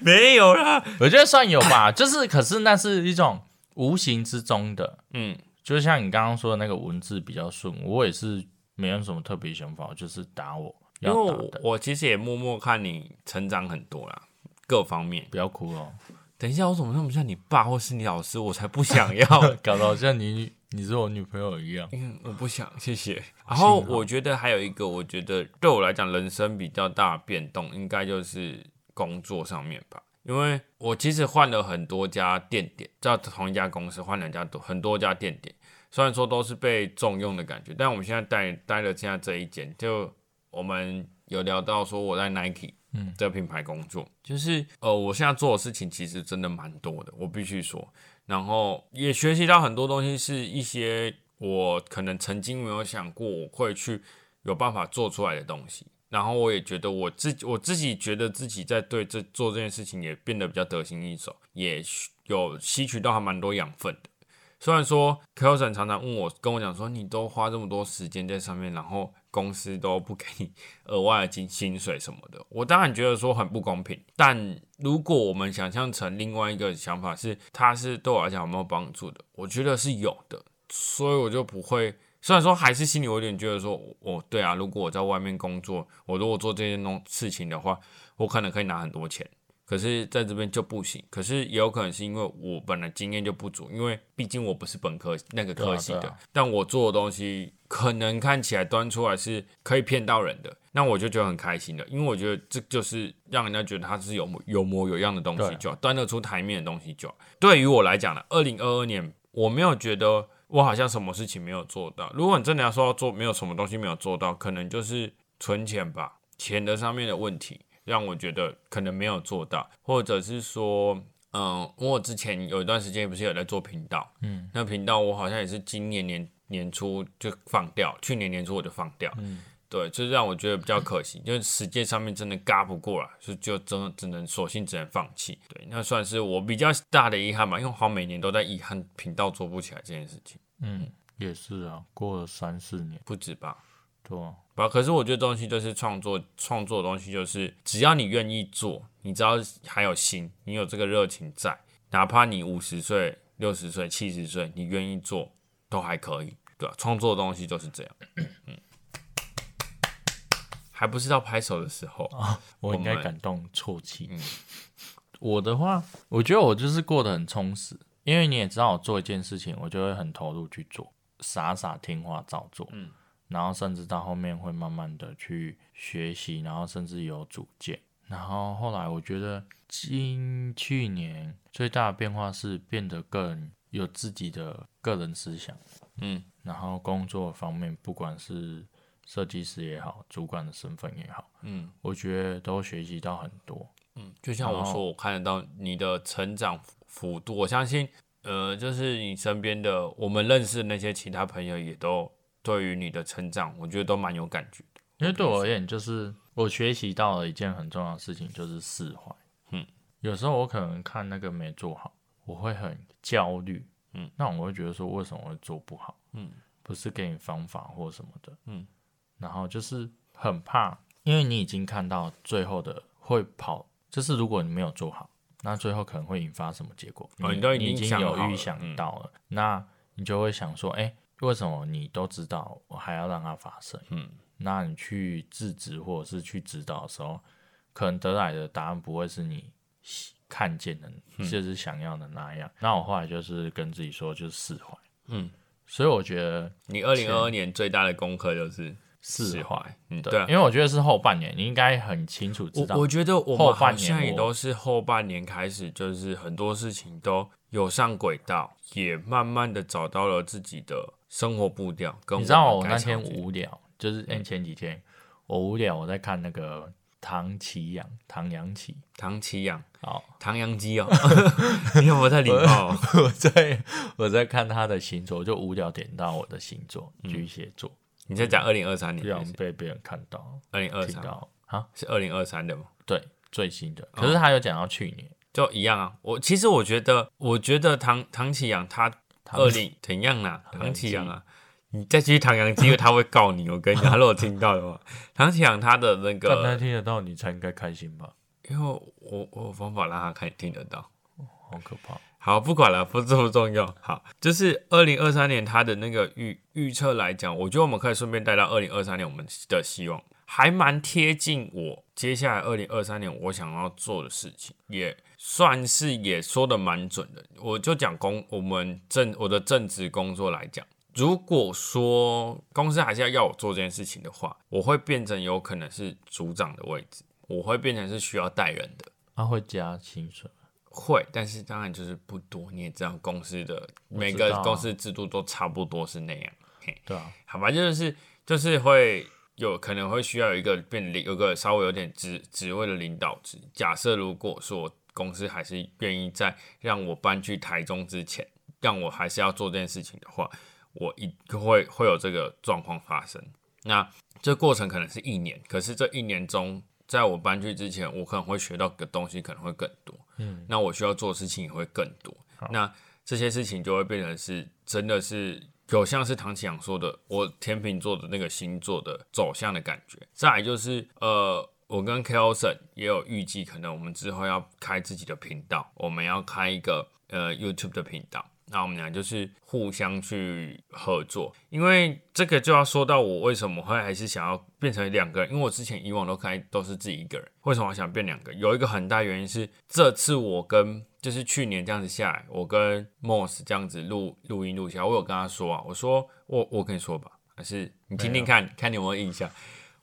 S2: 没有啦，
S1: 我觉得算有
S2: *coughs*
S1: 吧，就是可是那是一种无形之中的，
S2: 嗯，
S1: 就像你刚刚说的那个文字比较顺，我也是没有什么特别想法，就是打我
S2: 因
S1: 要
S2: 为
S1: 打
S2: 我
S1: 的，
S2: 我其实也默默看你成长很多啦，各方面。
S1: 不要哭
S2: *laughs*
S1: 哦，
S2: 等一下，我怎么那么像你爸 *laughs* 或是你老师？我才不想要，
S1: 搞得好像你你是我女朋友一样。
S2: 嗯，我不想，谢谢。然后我觉得还有一个，我觉得对我来讲人生比较大的变动，应该就是工作上面吧。因为我其实换了很多家店点，在同一家公司换两家多很多家店点，虽然说都是被重用的感觉，但我们现在待待了现在这一间，就我们有聊到说我在 Nike
S1: 嗯
S2: 这个品牌工作，就是呃我现在做的事情其实真的蛮多的，我必须说，然后也学习到很多东西，是一些我可能曾经没有想过我会去有办法做出来的东西。然后我也觉得我自己，我自己觉得自己在对这做这件事情也变得比较得心应手，也吸有吸取到还蛮多养分的。虽然说 Kelson 常常问我，跟我讲说，你都花这么多时间在上面，然后公司都不给你额外的金薪水什么的，我当然觉得说很不公平。但如果我们想象成另外一个想法是，它是对我来讲有没有帮助的，我觉得是有的，所以我就不会。虽然说还是心里有点觉得说，哦，对啊，如果我在外面工作，我如果做这件东事情的话，我可能可以拿很多钱。可是在这边就不行。可是也有可能是因为我本来经验就不足，因为毕竟我不是本科那个科系的，
S1: 对啊对啊
S2: 但我做的东西可能看起来端出来是可以骗到人的，那我就觉得很开心的，因为我觉得这就是让人家觉得它是有模有模有样的东西
S1: 对
S2: 就好，端得出台面的东西就好。对于我来讲呢，二零二二年我没有觉得。我好像什么事情没有做到。如果你真的要说要做，没有什么东西没有做到，可能就是存钱吧，钱的上面的问题。让我觉得可能没有做到，或者是说，嗯，因为我之前有一段时间不是有在做频道，嗯，那频道我好像也是今年年年初就放掉，去年年初我就放掉，嗯，对，这让我觉得比较可惜，因为时间上面真的嘎不过来，所以就真的只能索性只能放弃，对，那算是我比较大的遗憾吧，因为我好像每年都在遗憾频道做不起来这件事情，
S1: 嗯，也是啊，过了三四年，
S2: 不止吧，
S1: 对啊、
S2: 不，可是我觉得东西就是创作，创作的东西就是只要你愿意做，你只要还有心，你有这个热情在，哪怕你五十岁、六十啊岁、七十岁，你愿意做都还可以，对吧、创作的东西就是这样。嗯还不是到拍手的时候。啊
S1: 我应该
S2: 们
S1: 感动啜泣。
S2: 嗯
S1: 我的话，我觉得我就是过得很充实，因为你也知道，我做一件事情，我就会很投入去做，傻傻听话照做，
S2: 嗯，
S1: 然后甚至到后面会慢慢的去学习，然后甚至有主见。然后后来我觉得今去年最大的变化是变得更有自己的个人思想，
S2: 嗯，
S1: 然后工作方面，不管是设计师也好，主管的身份也好，
S2: 嗯
S1: 我觉得都学习到很多。
S2: 嗯，就像我
S1: 然后
S2: 说，我看得到你的成长幅幅度，我相信，呃，就是你身边的我们认识的那些其他朋友也都对于你的成长，我觉得都蛮有感觉的。
S1: 因为对我而言，就是我学习到了一件很重要的事情，就是释怀。
S2: 嗯，
S1: 有时候我可能看那个没做好，我会很焦虑。
S2: 嗯，
S1: 那我会觉得说，为什么会做不好？
S2: 嗯，
S1: 不是给你方法或什么的。
S2: 嗯，
S1: 然后就是很怕，因为你已经看到最后的会跑，就是如果你没有做好，那最后可能会引发什么结果？
S2: 哦你都已
S1: 已
S2: 经
S1: 经
S2: 想
S1: 有
S2: 好
S1: 预
S2: 了
S1: 想
S2: 嗯
S1: 到了，那你就会想说，哎、为什么你都知道，我还要让它发生？
S2: 嗯，
S1: 那你去制止或者是去指导的时候，可能得来的答案不会是你喜看见的，
S2: 嗯
S1: 就是想要的那样。那我后来就是跟自己说，就是释怀。
S2: 嗯，
S1: 所以我觉得
S2: 你二零二二年最大的功课就是
S1: 释怀，
S2: 怀，嗯，
S1: 对，
S2: 对啊
S1: 因。为我觉得是后半年，你应该很清楚知道
S2: 我我觉得我
S1: 后
S2: 们
S1: 半
S2: 好
S1: 年
S2: 像也
S1: 我
S2: 都是后半年开始，就是很多事情都有上轨道，也慢慢的找到了自己的生活步调。跟
S1: 你知道
S2: 我
S1: 我
S2: 们
S1: 那
S2: 该朝
S1: 天
S2: 去
S1: 无聊，就是
S2: 嗯
S1: 哎、前几天我无聊，我在看那个唐奇阳，唐阳
S2: *laughs*
S1: 奇，
S2: 唐奇阳、
S1: 好，
S2: 唐阳鸡哦， *laughs* 你有没有在礼貌哦？
S1: 我在我在看他的星座，我就无聊点到我的星座
S2: 嗯
S1: 巨蟹座，
S2: 你在
S1: 嗯
S2: 讲二零二三
S1: 不
S2: 年
S1: 想，被别人看到
S2: 二零二
S1: 啊听
S2: 三
S1: 到啊，
S2: 是二零二三的吗？
S1: 对最新的，
S2: 哦
S1: 可是他有讲到去年，
S2: 就一样啊。我其实我觉得，我觉得唐唐启阳他
S1: 唐
S2: 二零怎样啦？
S1: 唐
S2: 唐启
S1: 启
S2: 阳啊，你再继续唐阳鸡，他会告你。我
S1: *laughs*
S2: 跟你讲，他如果听到的话，唐启阳他的那
S1: 但他
S2: 个，
S1: 听得到，你才应该开心吧？
S2: 因为我我有方法让他看听得到。
S1: 好可怕，
S2: 好，不管了，不这么重要。好，就是二零二三年它的那个预预测来讲，我觉得我们可以顺便带到二零二三年我们的希望，还蛮贴近我接下来二零二三年我想要做的事情，也算是也说的蛮准的。我就讲工我们正我的正职工作来讲。如果说公司还是要要我做这件事情的话，我会变成有可能是组长的位置，我会变成是需要带人的，
S1: 他、会加薪水，
S2: 会，但是当然就是不多。你也知道，公司的每
S1: 知
S2: 个
S1: 道啊
S2: 公司制度都差不多是那样。嘿，
S1: 对啊，
S2: 好吧，就是就是会有可能会需要有一个变领，有个稍微有点职职位的领导职。假设如果说公司还是愿意在让我搬去台中之前，让我还是要做这件事情的话，我一会会有这个状况发生。那这过程可能是一年，可是这一年中，在我搬去之前，我可能会学到的东西可能会更多，嗯，那我需要做的事情也会更多，那这些事情就会变成是真的是有像是唐启阳说的，我天秤座的那个星座的走向的感觉。再来就是呃。我跟 Kelson 也有预计，可能我们之后要开自己的频道，我们要开一个呃 YouTube 的频道。那我们俩就是互相去合作，因为这个就要说到我为什么会还是想要变成两个人，因为我之前以往都开都是自己一个人，为什么我想变两个？有一个很大原因是这次我跟就是去年这样子下来，我跟 Moss 这样子录录音录下来，我有跟他说啊，我说我我跟你说吧，还是你听听看看你有没有印象。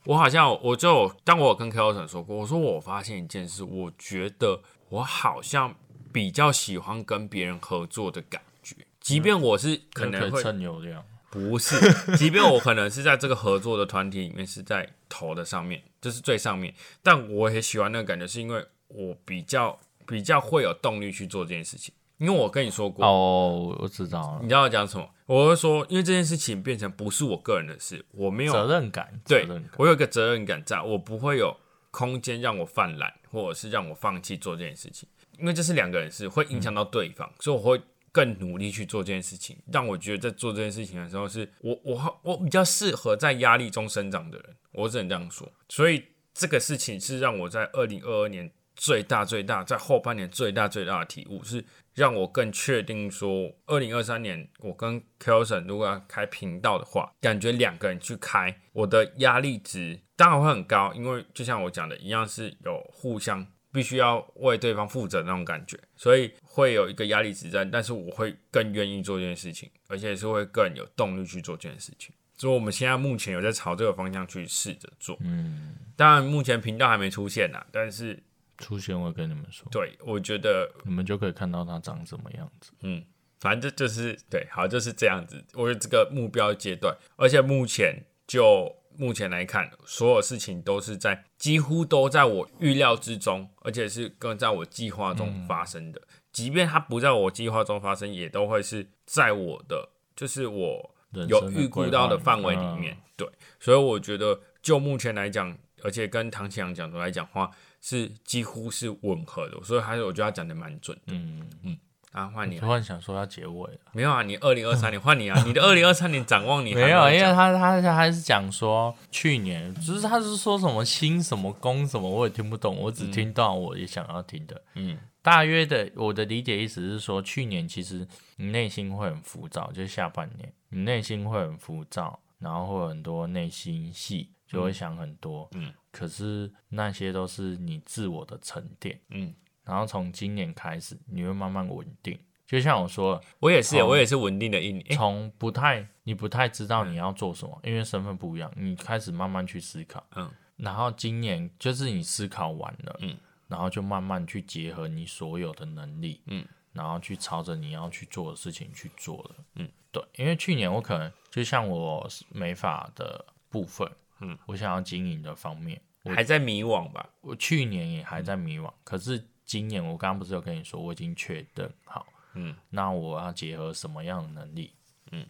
S2: 我好像有我就有当我有跟 Kelson 说过，我说我发现一件事，我觉得我好像比较喜欢跟别人合作的感觉，即便我是嗯可能
S1: 就可
S2: 会
S1: 以蹭流量，
S2: 不是，即便我可能是在这个合作的团体里面是在头的上面，就是最上面，但我也喜欢那个感觉，是因为我比较比较会有动力去做这件事情。因为我跟你说过，
S1: 哦，我知道了
S2: 你，知道我讲什么？我会说，因为这件事情变成不是我个人的事，我没有
S1: 责任感，责
S2: 对
S1: 任感，
S2: 我有一个责任感在，我不会有空间让我犯懒，或者是让我放弃做这件事情，因为这是两个人事，会影
S1: 嗯
S2: 响到对方，所以我会更努力去做这件事情，让我觉得在做这件事情的时候是，我我好我比较适合在压力中生长的人，我只能这样说，所以这个事情是让我在二零二二年最大最大在后半年最大最大的体悟是，让我更确定说，二零二三年我跟 Kelson 如果要开频道的话，感觉两个人去开，我的压力值当然会很高，因为就像我讲的一样，是有互相必须要为对方负责那种感觉，所以会有一个压力值在，但是我会更愿意做这件事情，而且是会更有动力去做这件事情。所以我们现在目前有在朝这个方向去试着做，
S1: 嗯，
S2: 当然目前频道还没出现呐，但是
S1: 出现我会跟你们说，
S2: 对我觉得
S1: 你们就可以看到它长什么样子。
S2: 嗯，反正这就是对，好就是这样子。我觉得这个目标阶段，而且目前就目前来看，所有事情都是在几乎都在我预料之中，而且是跟在我计划
S1: 嗯
S2: 中发生的。即便它不在我计划中发生，也都会是在我的就是我
S1: 人
S2: 有
S1: 生的
S2: 预估到的
S1: 规划嗯
S2: 范围里面。对，所以我觉得就目前来讲，而且跟唐启阳讲出来讲话是几乎是吻合的，所以还是我觉得他讲的蛮准的。
S1: 嗯，
S2: 啊，换你
S1: 突然嗯想说要结尾了，
S2: 没有啊，你二零二三年换你啊，你的二零二三年展望你
S1: 嗯
S2: 还
S1: 没有，因为
S2: 讲
S1: 他他他还是讲说去年，就是他是说什么新什么工什么，我也听不懂，我只听到我也想要听的。
S2: 嗯，
S1: 大约的我的理解意思是说，去年其实你内心会很浮躁，就是下半年你内心会很浮躁，然后会有很多内心戏，就会想很多。
S2: 嗯，
S1: 可是那些都是你自我的沉淀。
S2: 嗯，
S1: 然后从今年开始，你会慢慢稳定。就像我说了，
S2: 我也是，
S1: 从
S2: 我也是稳定的一年，诶嗯
S1: 从不太你不太知道你要做什么，因为身份不一样，你开始慢慢去思考。
S2: 嗯，
S1: 然后今年就是你思考完了，
S2: 嗯，
S1: 然后就慢慢去结合你所有的能力，
S2: 嗯，
S1: 然后去朝着你要去做的事情去做了。
S2: 嗯，
S1: 对，因为去年我可能就像我美发的部分，
S2: 嗯，
S1: 我想要经营的方面，
S2: 还在迷惘吧？
S1: 我去年也还在迷惘，可是今年我刚刚不是有跟你说，我已经确认好，
S2: 嗯，
S1: 那我要结合什么样的能力？
S2: 嗯，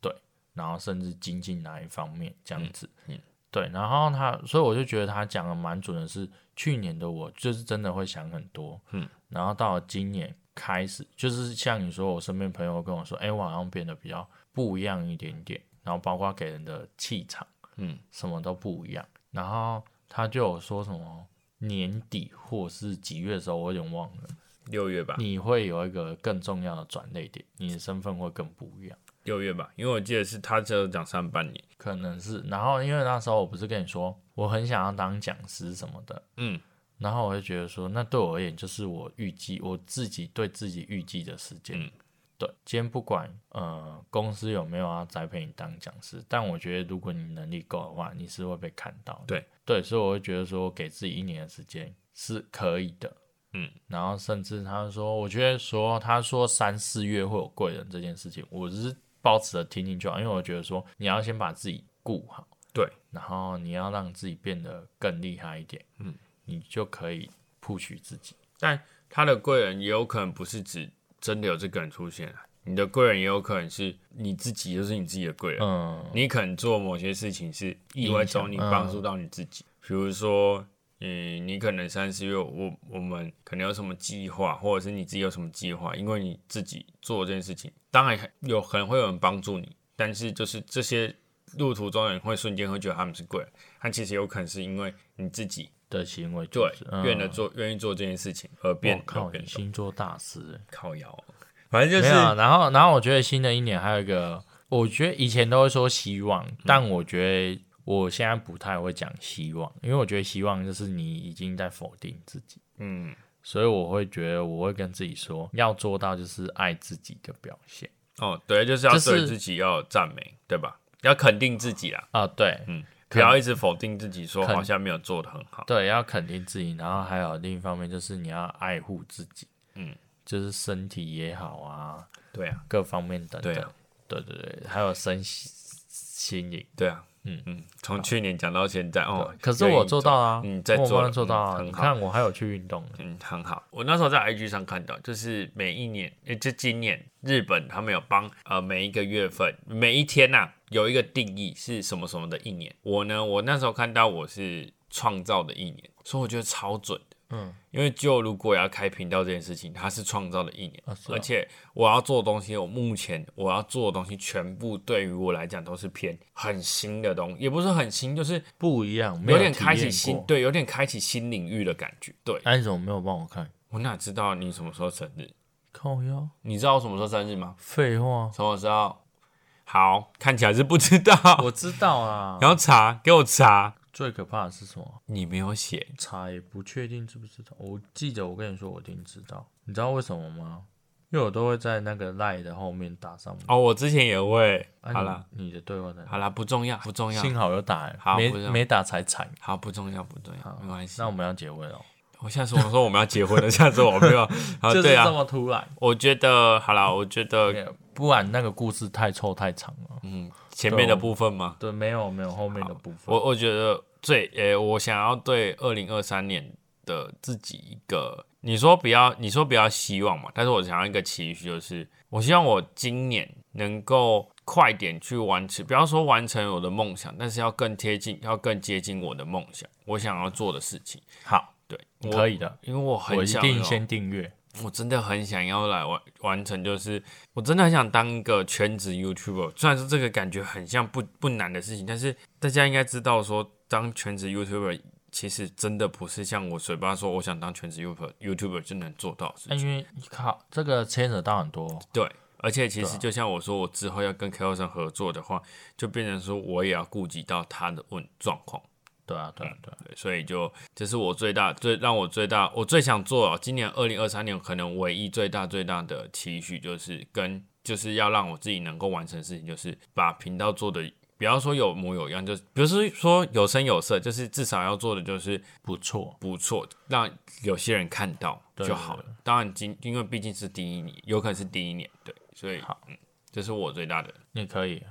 S1: 对，然后甚至精进哪一方面这样子，
S2: 嗯嗯
S1: 对，然后他，所以我就觉得他讲的蛮准的是，去年的我就是真的会想很多，
S2: 嗯，
S1: 然后到了今年开始，就是像你说，我身边朋友跟我说，哎、我好像变得比较不一样一点点，然后包括给人的气场。
S2: 嗯
S1: 什么都不一样。然后他就有说什么年底或是几月的时候，我有点忘了，
S2: 六月吧，
S1: 你会有一个更重要的转捩点，你的身份会更不一样，
S2: 六月吧，因为我记得是他只有讲上半年，
S1: 可能是。然后因为那时候我不是跟你说我很想要当讲师什么的，
S2: 嗯
S1: 然后我就觉得说，那对我而言就是我预计我自己对自己预计的时间。
S2: 嗯
S1: 对，今天不管呃公司有没有要栽培你当讲师，但我觉得如果你能力够的话，你是会被看到的。
S2: 对
S1: 对，所以我会觉得说，给自己一年的时间是可以的。
S2: 嗯，
S1: 然后甚至他说，我觉得说他说三四月会有贵人这件事情，我只是抱持着听听就好，因为我觉得说你要先把自己顾好，
S2: 对，
S1: 然后你要让自己变得更厉害一点，嗯，你就可以 push 自己。
S2: 但他的贵人也有可能不是指真的有这个人出现啊，你的贵人也有可能是你自己，就是你自己的贵人，
S1: 嗯，
S2: 你可能做某些事情是意外中你
S1: 影响嗯
S2: 帮助到你自己，比如说，嗯，你可能三四月我我们可能有什么计划，或者是你自己有什么计划，因为你自己做这件事情，当然有可能会有人帮助你，但是就是这些路途中的人会瞬间会觉得他们是贵人，但其实有可能是因为你自己
S1: 的行为
S2: 对
S1: 举止嗯
S2: 愿了做愿意做这件事情而变
S1: 我靠，
S2: 变
S1: 你星座大师欸。
S2: 靠摇，反正就
S1: 没有啊，
S2: 是
S1: 然后然后我觉得新的一年还有一个，我觉得以前都会说希望，
S2: 嗯
S1: 但我觉得我现在不太会讲希望，因为我觉得希望就是你已经在否定自己，
S2: 嗯
S1: 所以我会觉得我会跟自己说，要做到就是爱自己的表现
S2: 哦对，就是要
S1: 就是
S2: 对自己要有赞美，对吧？要肯定自己啦。
S1: 啊、对，
S2: 嗯，不
S1: 肯
S2: 要一直否定自己，说
S1: 肯
S2: 好像没有做的很好。
S1: 对，要肯定自己，然后还有另一方面就是你要爱护自己，
S2: 嗯，
S1: 就是身体也好啊，
S2: 对啊，
S1: 各方面等等，
S2: 对啊
S1: 对对对，还有身心心灵。
S2: 对啊，
S1: 嗯
S2: 嗯，从去年讲到现在哦，
S1: 可是我做到啊，
S2: 嗯在
S1: 我
S2: 做
S1: 慢
S2: 了
S1: 慢做到啊。
S2: 嗯
S1: 你
S2: 很好
S1: 看，我还有去运动呢。
S2: 嗯，很好。我那时候在 IG 上看到，就是每一年，呃就今年日本他们有帮呃每一个月份每一天呐、有一个定义是什么什么的一年。我呢，我那时候看到我是创造的一年，所以我觉得超准的。
S1: 嗯，
S2: 因为就如果要开频道这件事情，它是创造的一年，
S1: 啊是啊
S2: 而且我要做的东西，我目前我要做的东西，全部对于我来讲都是偏很新的东西，也不是很新，就是
S1: 不一样，没
S2: 有
S1: 有
S2: 点
S1: 体
S2: 开启
S1: 验
S2: 新
S1: 过，。
S2: 对，有点开启新领域的感觉。对，
S1: 哎，你怎么没有帮我看？
S2: 我哪知道你什么时候生日？
S1: 靠腰，
S2: 你知道我什么时候生日吗？
S1: 废话，
S2: 什么时候？好，看起来是不知道。
S1: 我知道啊。
S2: 然后查，给我查。
S1: 最可怕的是什么？
S2: 你没有写，
S1: 查也不确定知不知道。我记得我跟你说，我一定知道。你知道为什么吗？因为我都会在那个赖的后面打上。
S2: 哦，我之前也会。
S1: 啊
S2: 好啦，，
S1: 你你的对话在哪？
S2: 好啦，不重要，不重要，
S1: 幸好有打、欸，
S2: 好
S1: 没
S2: 不是
S1: 没打才惨。
S2: 好，不重要，不重要，没关系
S1: 那。我们要结婚哦，
S2: 我下次我说我们要结婚了，下次我没
S1: *laughs*
S2: 有。好，
S1: 就是
S2: 对
S1: 这
S2: 啊，
S1: 么突然。
S2: 我觉得好啦，我觉得
S1: 对不然那个故事太臭太长了。
S2: 嗯，前面的部分嘛，
S1: 对，没有没有后面的部分。
S2: 我我觉得最诶、我想要对二零二三年的自己一个，你说不要，你说不要希望嘛，但是我想要一个期许，就是我希望我今年能够快点去完成，不要说完成我的梦想，但是要更贴近，要更接近我的梦想，我想要做的事情。
S1: 好，
S2: 对，我
S1: 可以，的，
S2: 因为我
S1: 我
S2: 很
S1: 一
S2: 想哦
S1: 定
S2: 要
S1: 先订阅。
S2: 我真的很想要来完完成，就是我真的很想当一个全职 YouTuber。虽然说这个感觉很像不不难的事情，但是大家应该知道说，当全职 YouTuber 其实真的不是像我嘴巴说我想当全职 YouTuber YouTuber 就能做到的事
S1: 那
S2: 情。
S1: 因为靠这个牵扯到很多，
S2: 对，而且其实就像我说，我之后要跟 k e l s o n 合作的话，就变成说我也要顾及到他的问状况。
S1: 对啊对啊对啊，
S2: 对，所以就这是我最大最让我最大我最想做哦，今年二零二三年可能唯一最大最大的期许就是跟就是要让我自己能够完成的事情，就是把频道做的不要说有模有样，就是比如说说有声有色，就是至少要做的就是
S1: 不错，
S2: 不错，让有些人看到
S1: 对
S2: 就好了。当然今因为毕竟是第一年，有可能是第一年，对，所以
S1: 好
S2: 嗯，这是我最大的。
S1: 你可以，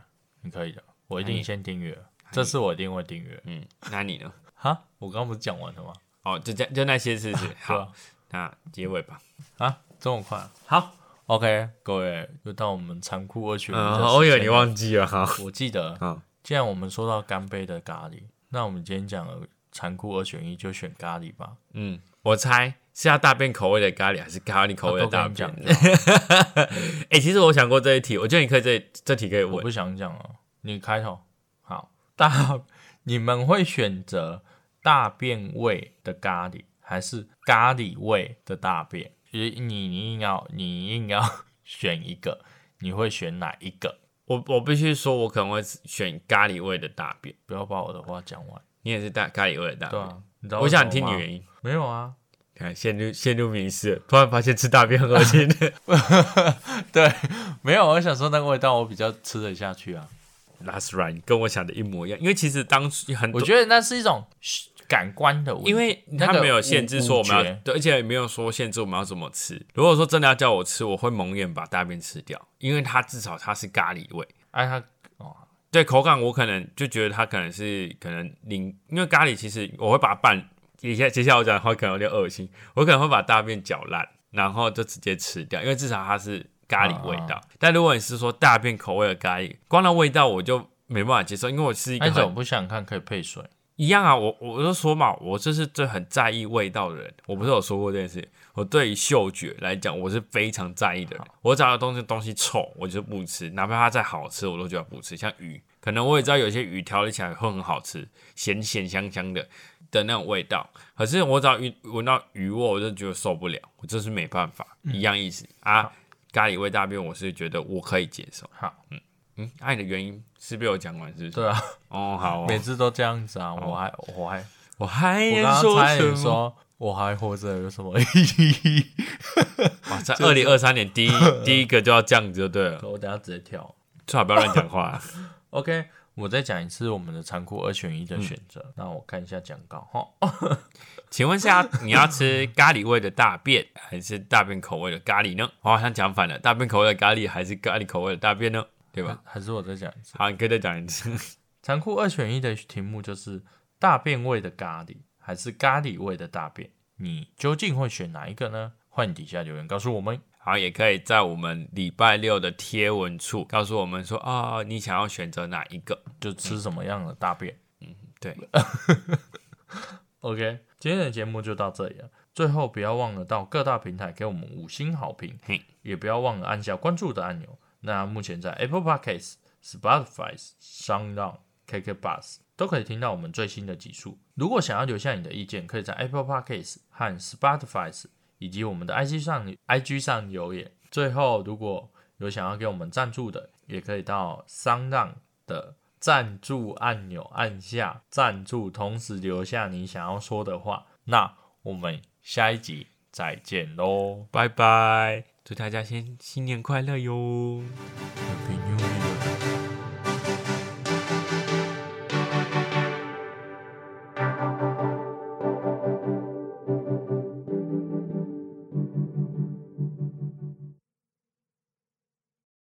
S1: 你可以的，我一
S2: 那
S1: 定
S2: 你
S1: 先订阅，
S2: 哎
S1: 这次我一定会订阅。
S2: 嗯，那你呢？
S1: 哈，我刚刚不是讲完了吗？
S2: 哦，就这样，就那些事
S1: *laughs*
S2: 情。
S1: 对
S2: 好
S1: 啊，
S2: 那结尾吧。
S1: 啊，这么快啊？好，OK，各位，又到我们残酷二选一的时间了。
S2: 嗯我以为你忘记了哈。
S1: 我记得，
S2: 好
S1: 既然我们说到干杯的咖喱，那我们今天讲了残酷二选一，就选咖喱吧。
S2: 嗯，我猜是要大便口味的咖喱，还是咖喱口味的
S1: 啊都
S2: 大
S1: 跟你讲
S2: 便？
S1: 就好，
S2: *laughs* 哎、其实我想过这一题，我觉得你可以这这题可以
S1: 我
S2: 问
S1: 不想讲了，你开头好。大，你们会选择大便味的咖喱，还是咖喱味的大便？你你你硬要你硬要 *laughs* 选一个，你会选哪一个？
S2: 我。我必须说，我可能会选咖喱味的大便。
S1: 不要把我的话讲完。
S2: 你也是大咖喱味的大
S1: 对
S2: 便，
S1: 啊，你知道
S2: 我
S1: 为什么
S2: 想听你
S1: 吗
S2: 原因。
S1: 没有啊？
S2: 看，陷入陷入迷失了，突然发现吃大便很
S1: *laughs*
S2: 恶心。
S1: *laughs* 对，没有，我想说那个味道我比较吃得下去啊。
S2: Last run 跟我想的一模一样，因为其实当时很多
S1: 我觉得那是一种感官的问题，
S2: 因为
S1: 那
S2: 他
S1: 个
S2: 没有限制说我们
S1: 五
S2: 要
S1: 觉，
S2: 对，而且也没有说限制我们要怎么吃。如果说真的要叫我吃，我会蒙眼把大便吃掉，因为它至少它是咖喱味。
S1: 哎、它
S2: 对口感，我可能就觉得它可能是可能零，因为咖喱其实我会把它拌，接下接下来我讲的话可能有点恶心，我可能会把大便搅烂，然后就直接吃掉，因为至少它是咖喱味道。但如果你是说大便口味的咖喱，光那味道我就没办法接受，因为我是一
S1: 那
S2: 个
S1: 你怎
S2: 很
S1: 么不想想看可以配水？
S2: 一样啊，我我就说嘛，我就是这很在意味道的人。我不是有说过这件事，我对于嗅觉来讲，我是非常在意的人。我只要东西东西臭，我就不吃，哪怕它再好吃，我都觉得不吃。像鱼，可能我也知道有些鱼调理起来会很好吃，咸咸香香的的那种味道，可是我只要鱼闻到鱼味，我就觉得受不了，我真是没办法，
S1: 嗯
S2: 一样意思啊。咖喱味大便，我是觉得我可以接受。
S1: 好，
S2: 嗯，爱、你的原因是被我讲完，是不是？
S1: 对啊，
S2: 哦，好哦
S1: *laughs* 每次都这样子啊，我还我还
S2: 我还
S1: 我
S2: 能
S1: 刚刚
S2: 说
S1: 差
S2: 什
S1: 点
S2: 么？
S1: 说我还活着有什么意义？ *laughs*
S2: 哇，在
S1: 是
S2: 二零二三年 *laughs* 第一第一个就要这样子就对了，
S1: 我等下直接跳。
S2: 最好不要乱讲话。
S1: OK，我再讲一次我们的残酷二选一的选择。那我看一下讲稿哈。哦
S2: 请问下，你要吃咖喱味的大便，还是大便口味的咖喱呢？我好像讲反了，嗯大便口味的咖喱还是咖喱口味的大便呢？对吧？
S1: 还是我再讲一次。
S2: 好，你可以再讲一次。
S1: 残酷二选一的题目就是大便味的咖喱还是咖喱味的大便，你究竟会选哪一个呢？欢迎底下留言告诉我们。
S2: 好，也可以在我们礼拜六的贴文处告诉我们说，哦，你想要选择哪一个？
S1: 就吃什么样的大便。
S2: 嗯对，
S1: *laughs* OK，今天的节目就到这里了。最后不要忘了到各大平台给我们五星好评
S2: 嘿，
S1: 也不要忘了按下关注的按钮。那目前在 Apple Podcasts、Spotify、SoundOn、KK Bus 都可以听到我们最新的集数。如果想要留下你的意见，可以在 Apple Podcasts 和 Spotify 以及我们的 IG 上 IG 上留言。最后，如果有想要给我们赞助的，也可以到商让的赞助按钮按下赞助，同时留下你想要说的话。那我们下一集再见喽，
S2: 拜拜，祝大家先新年快乐哟！
S1: 拜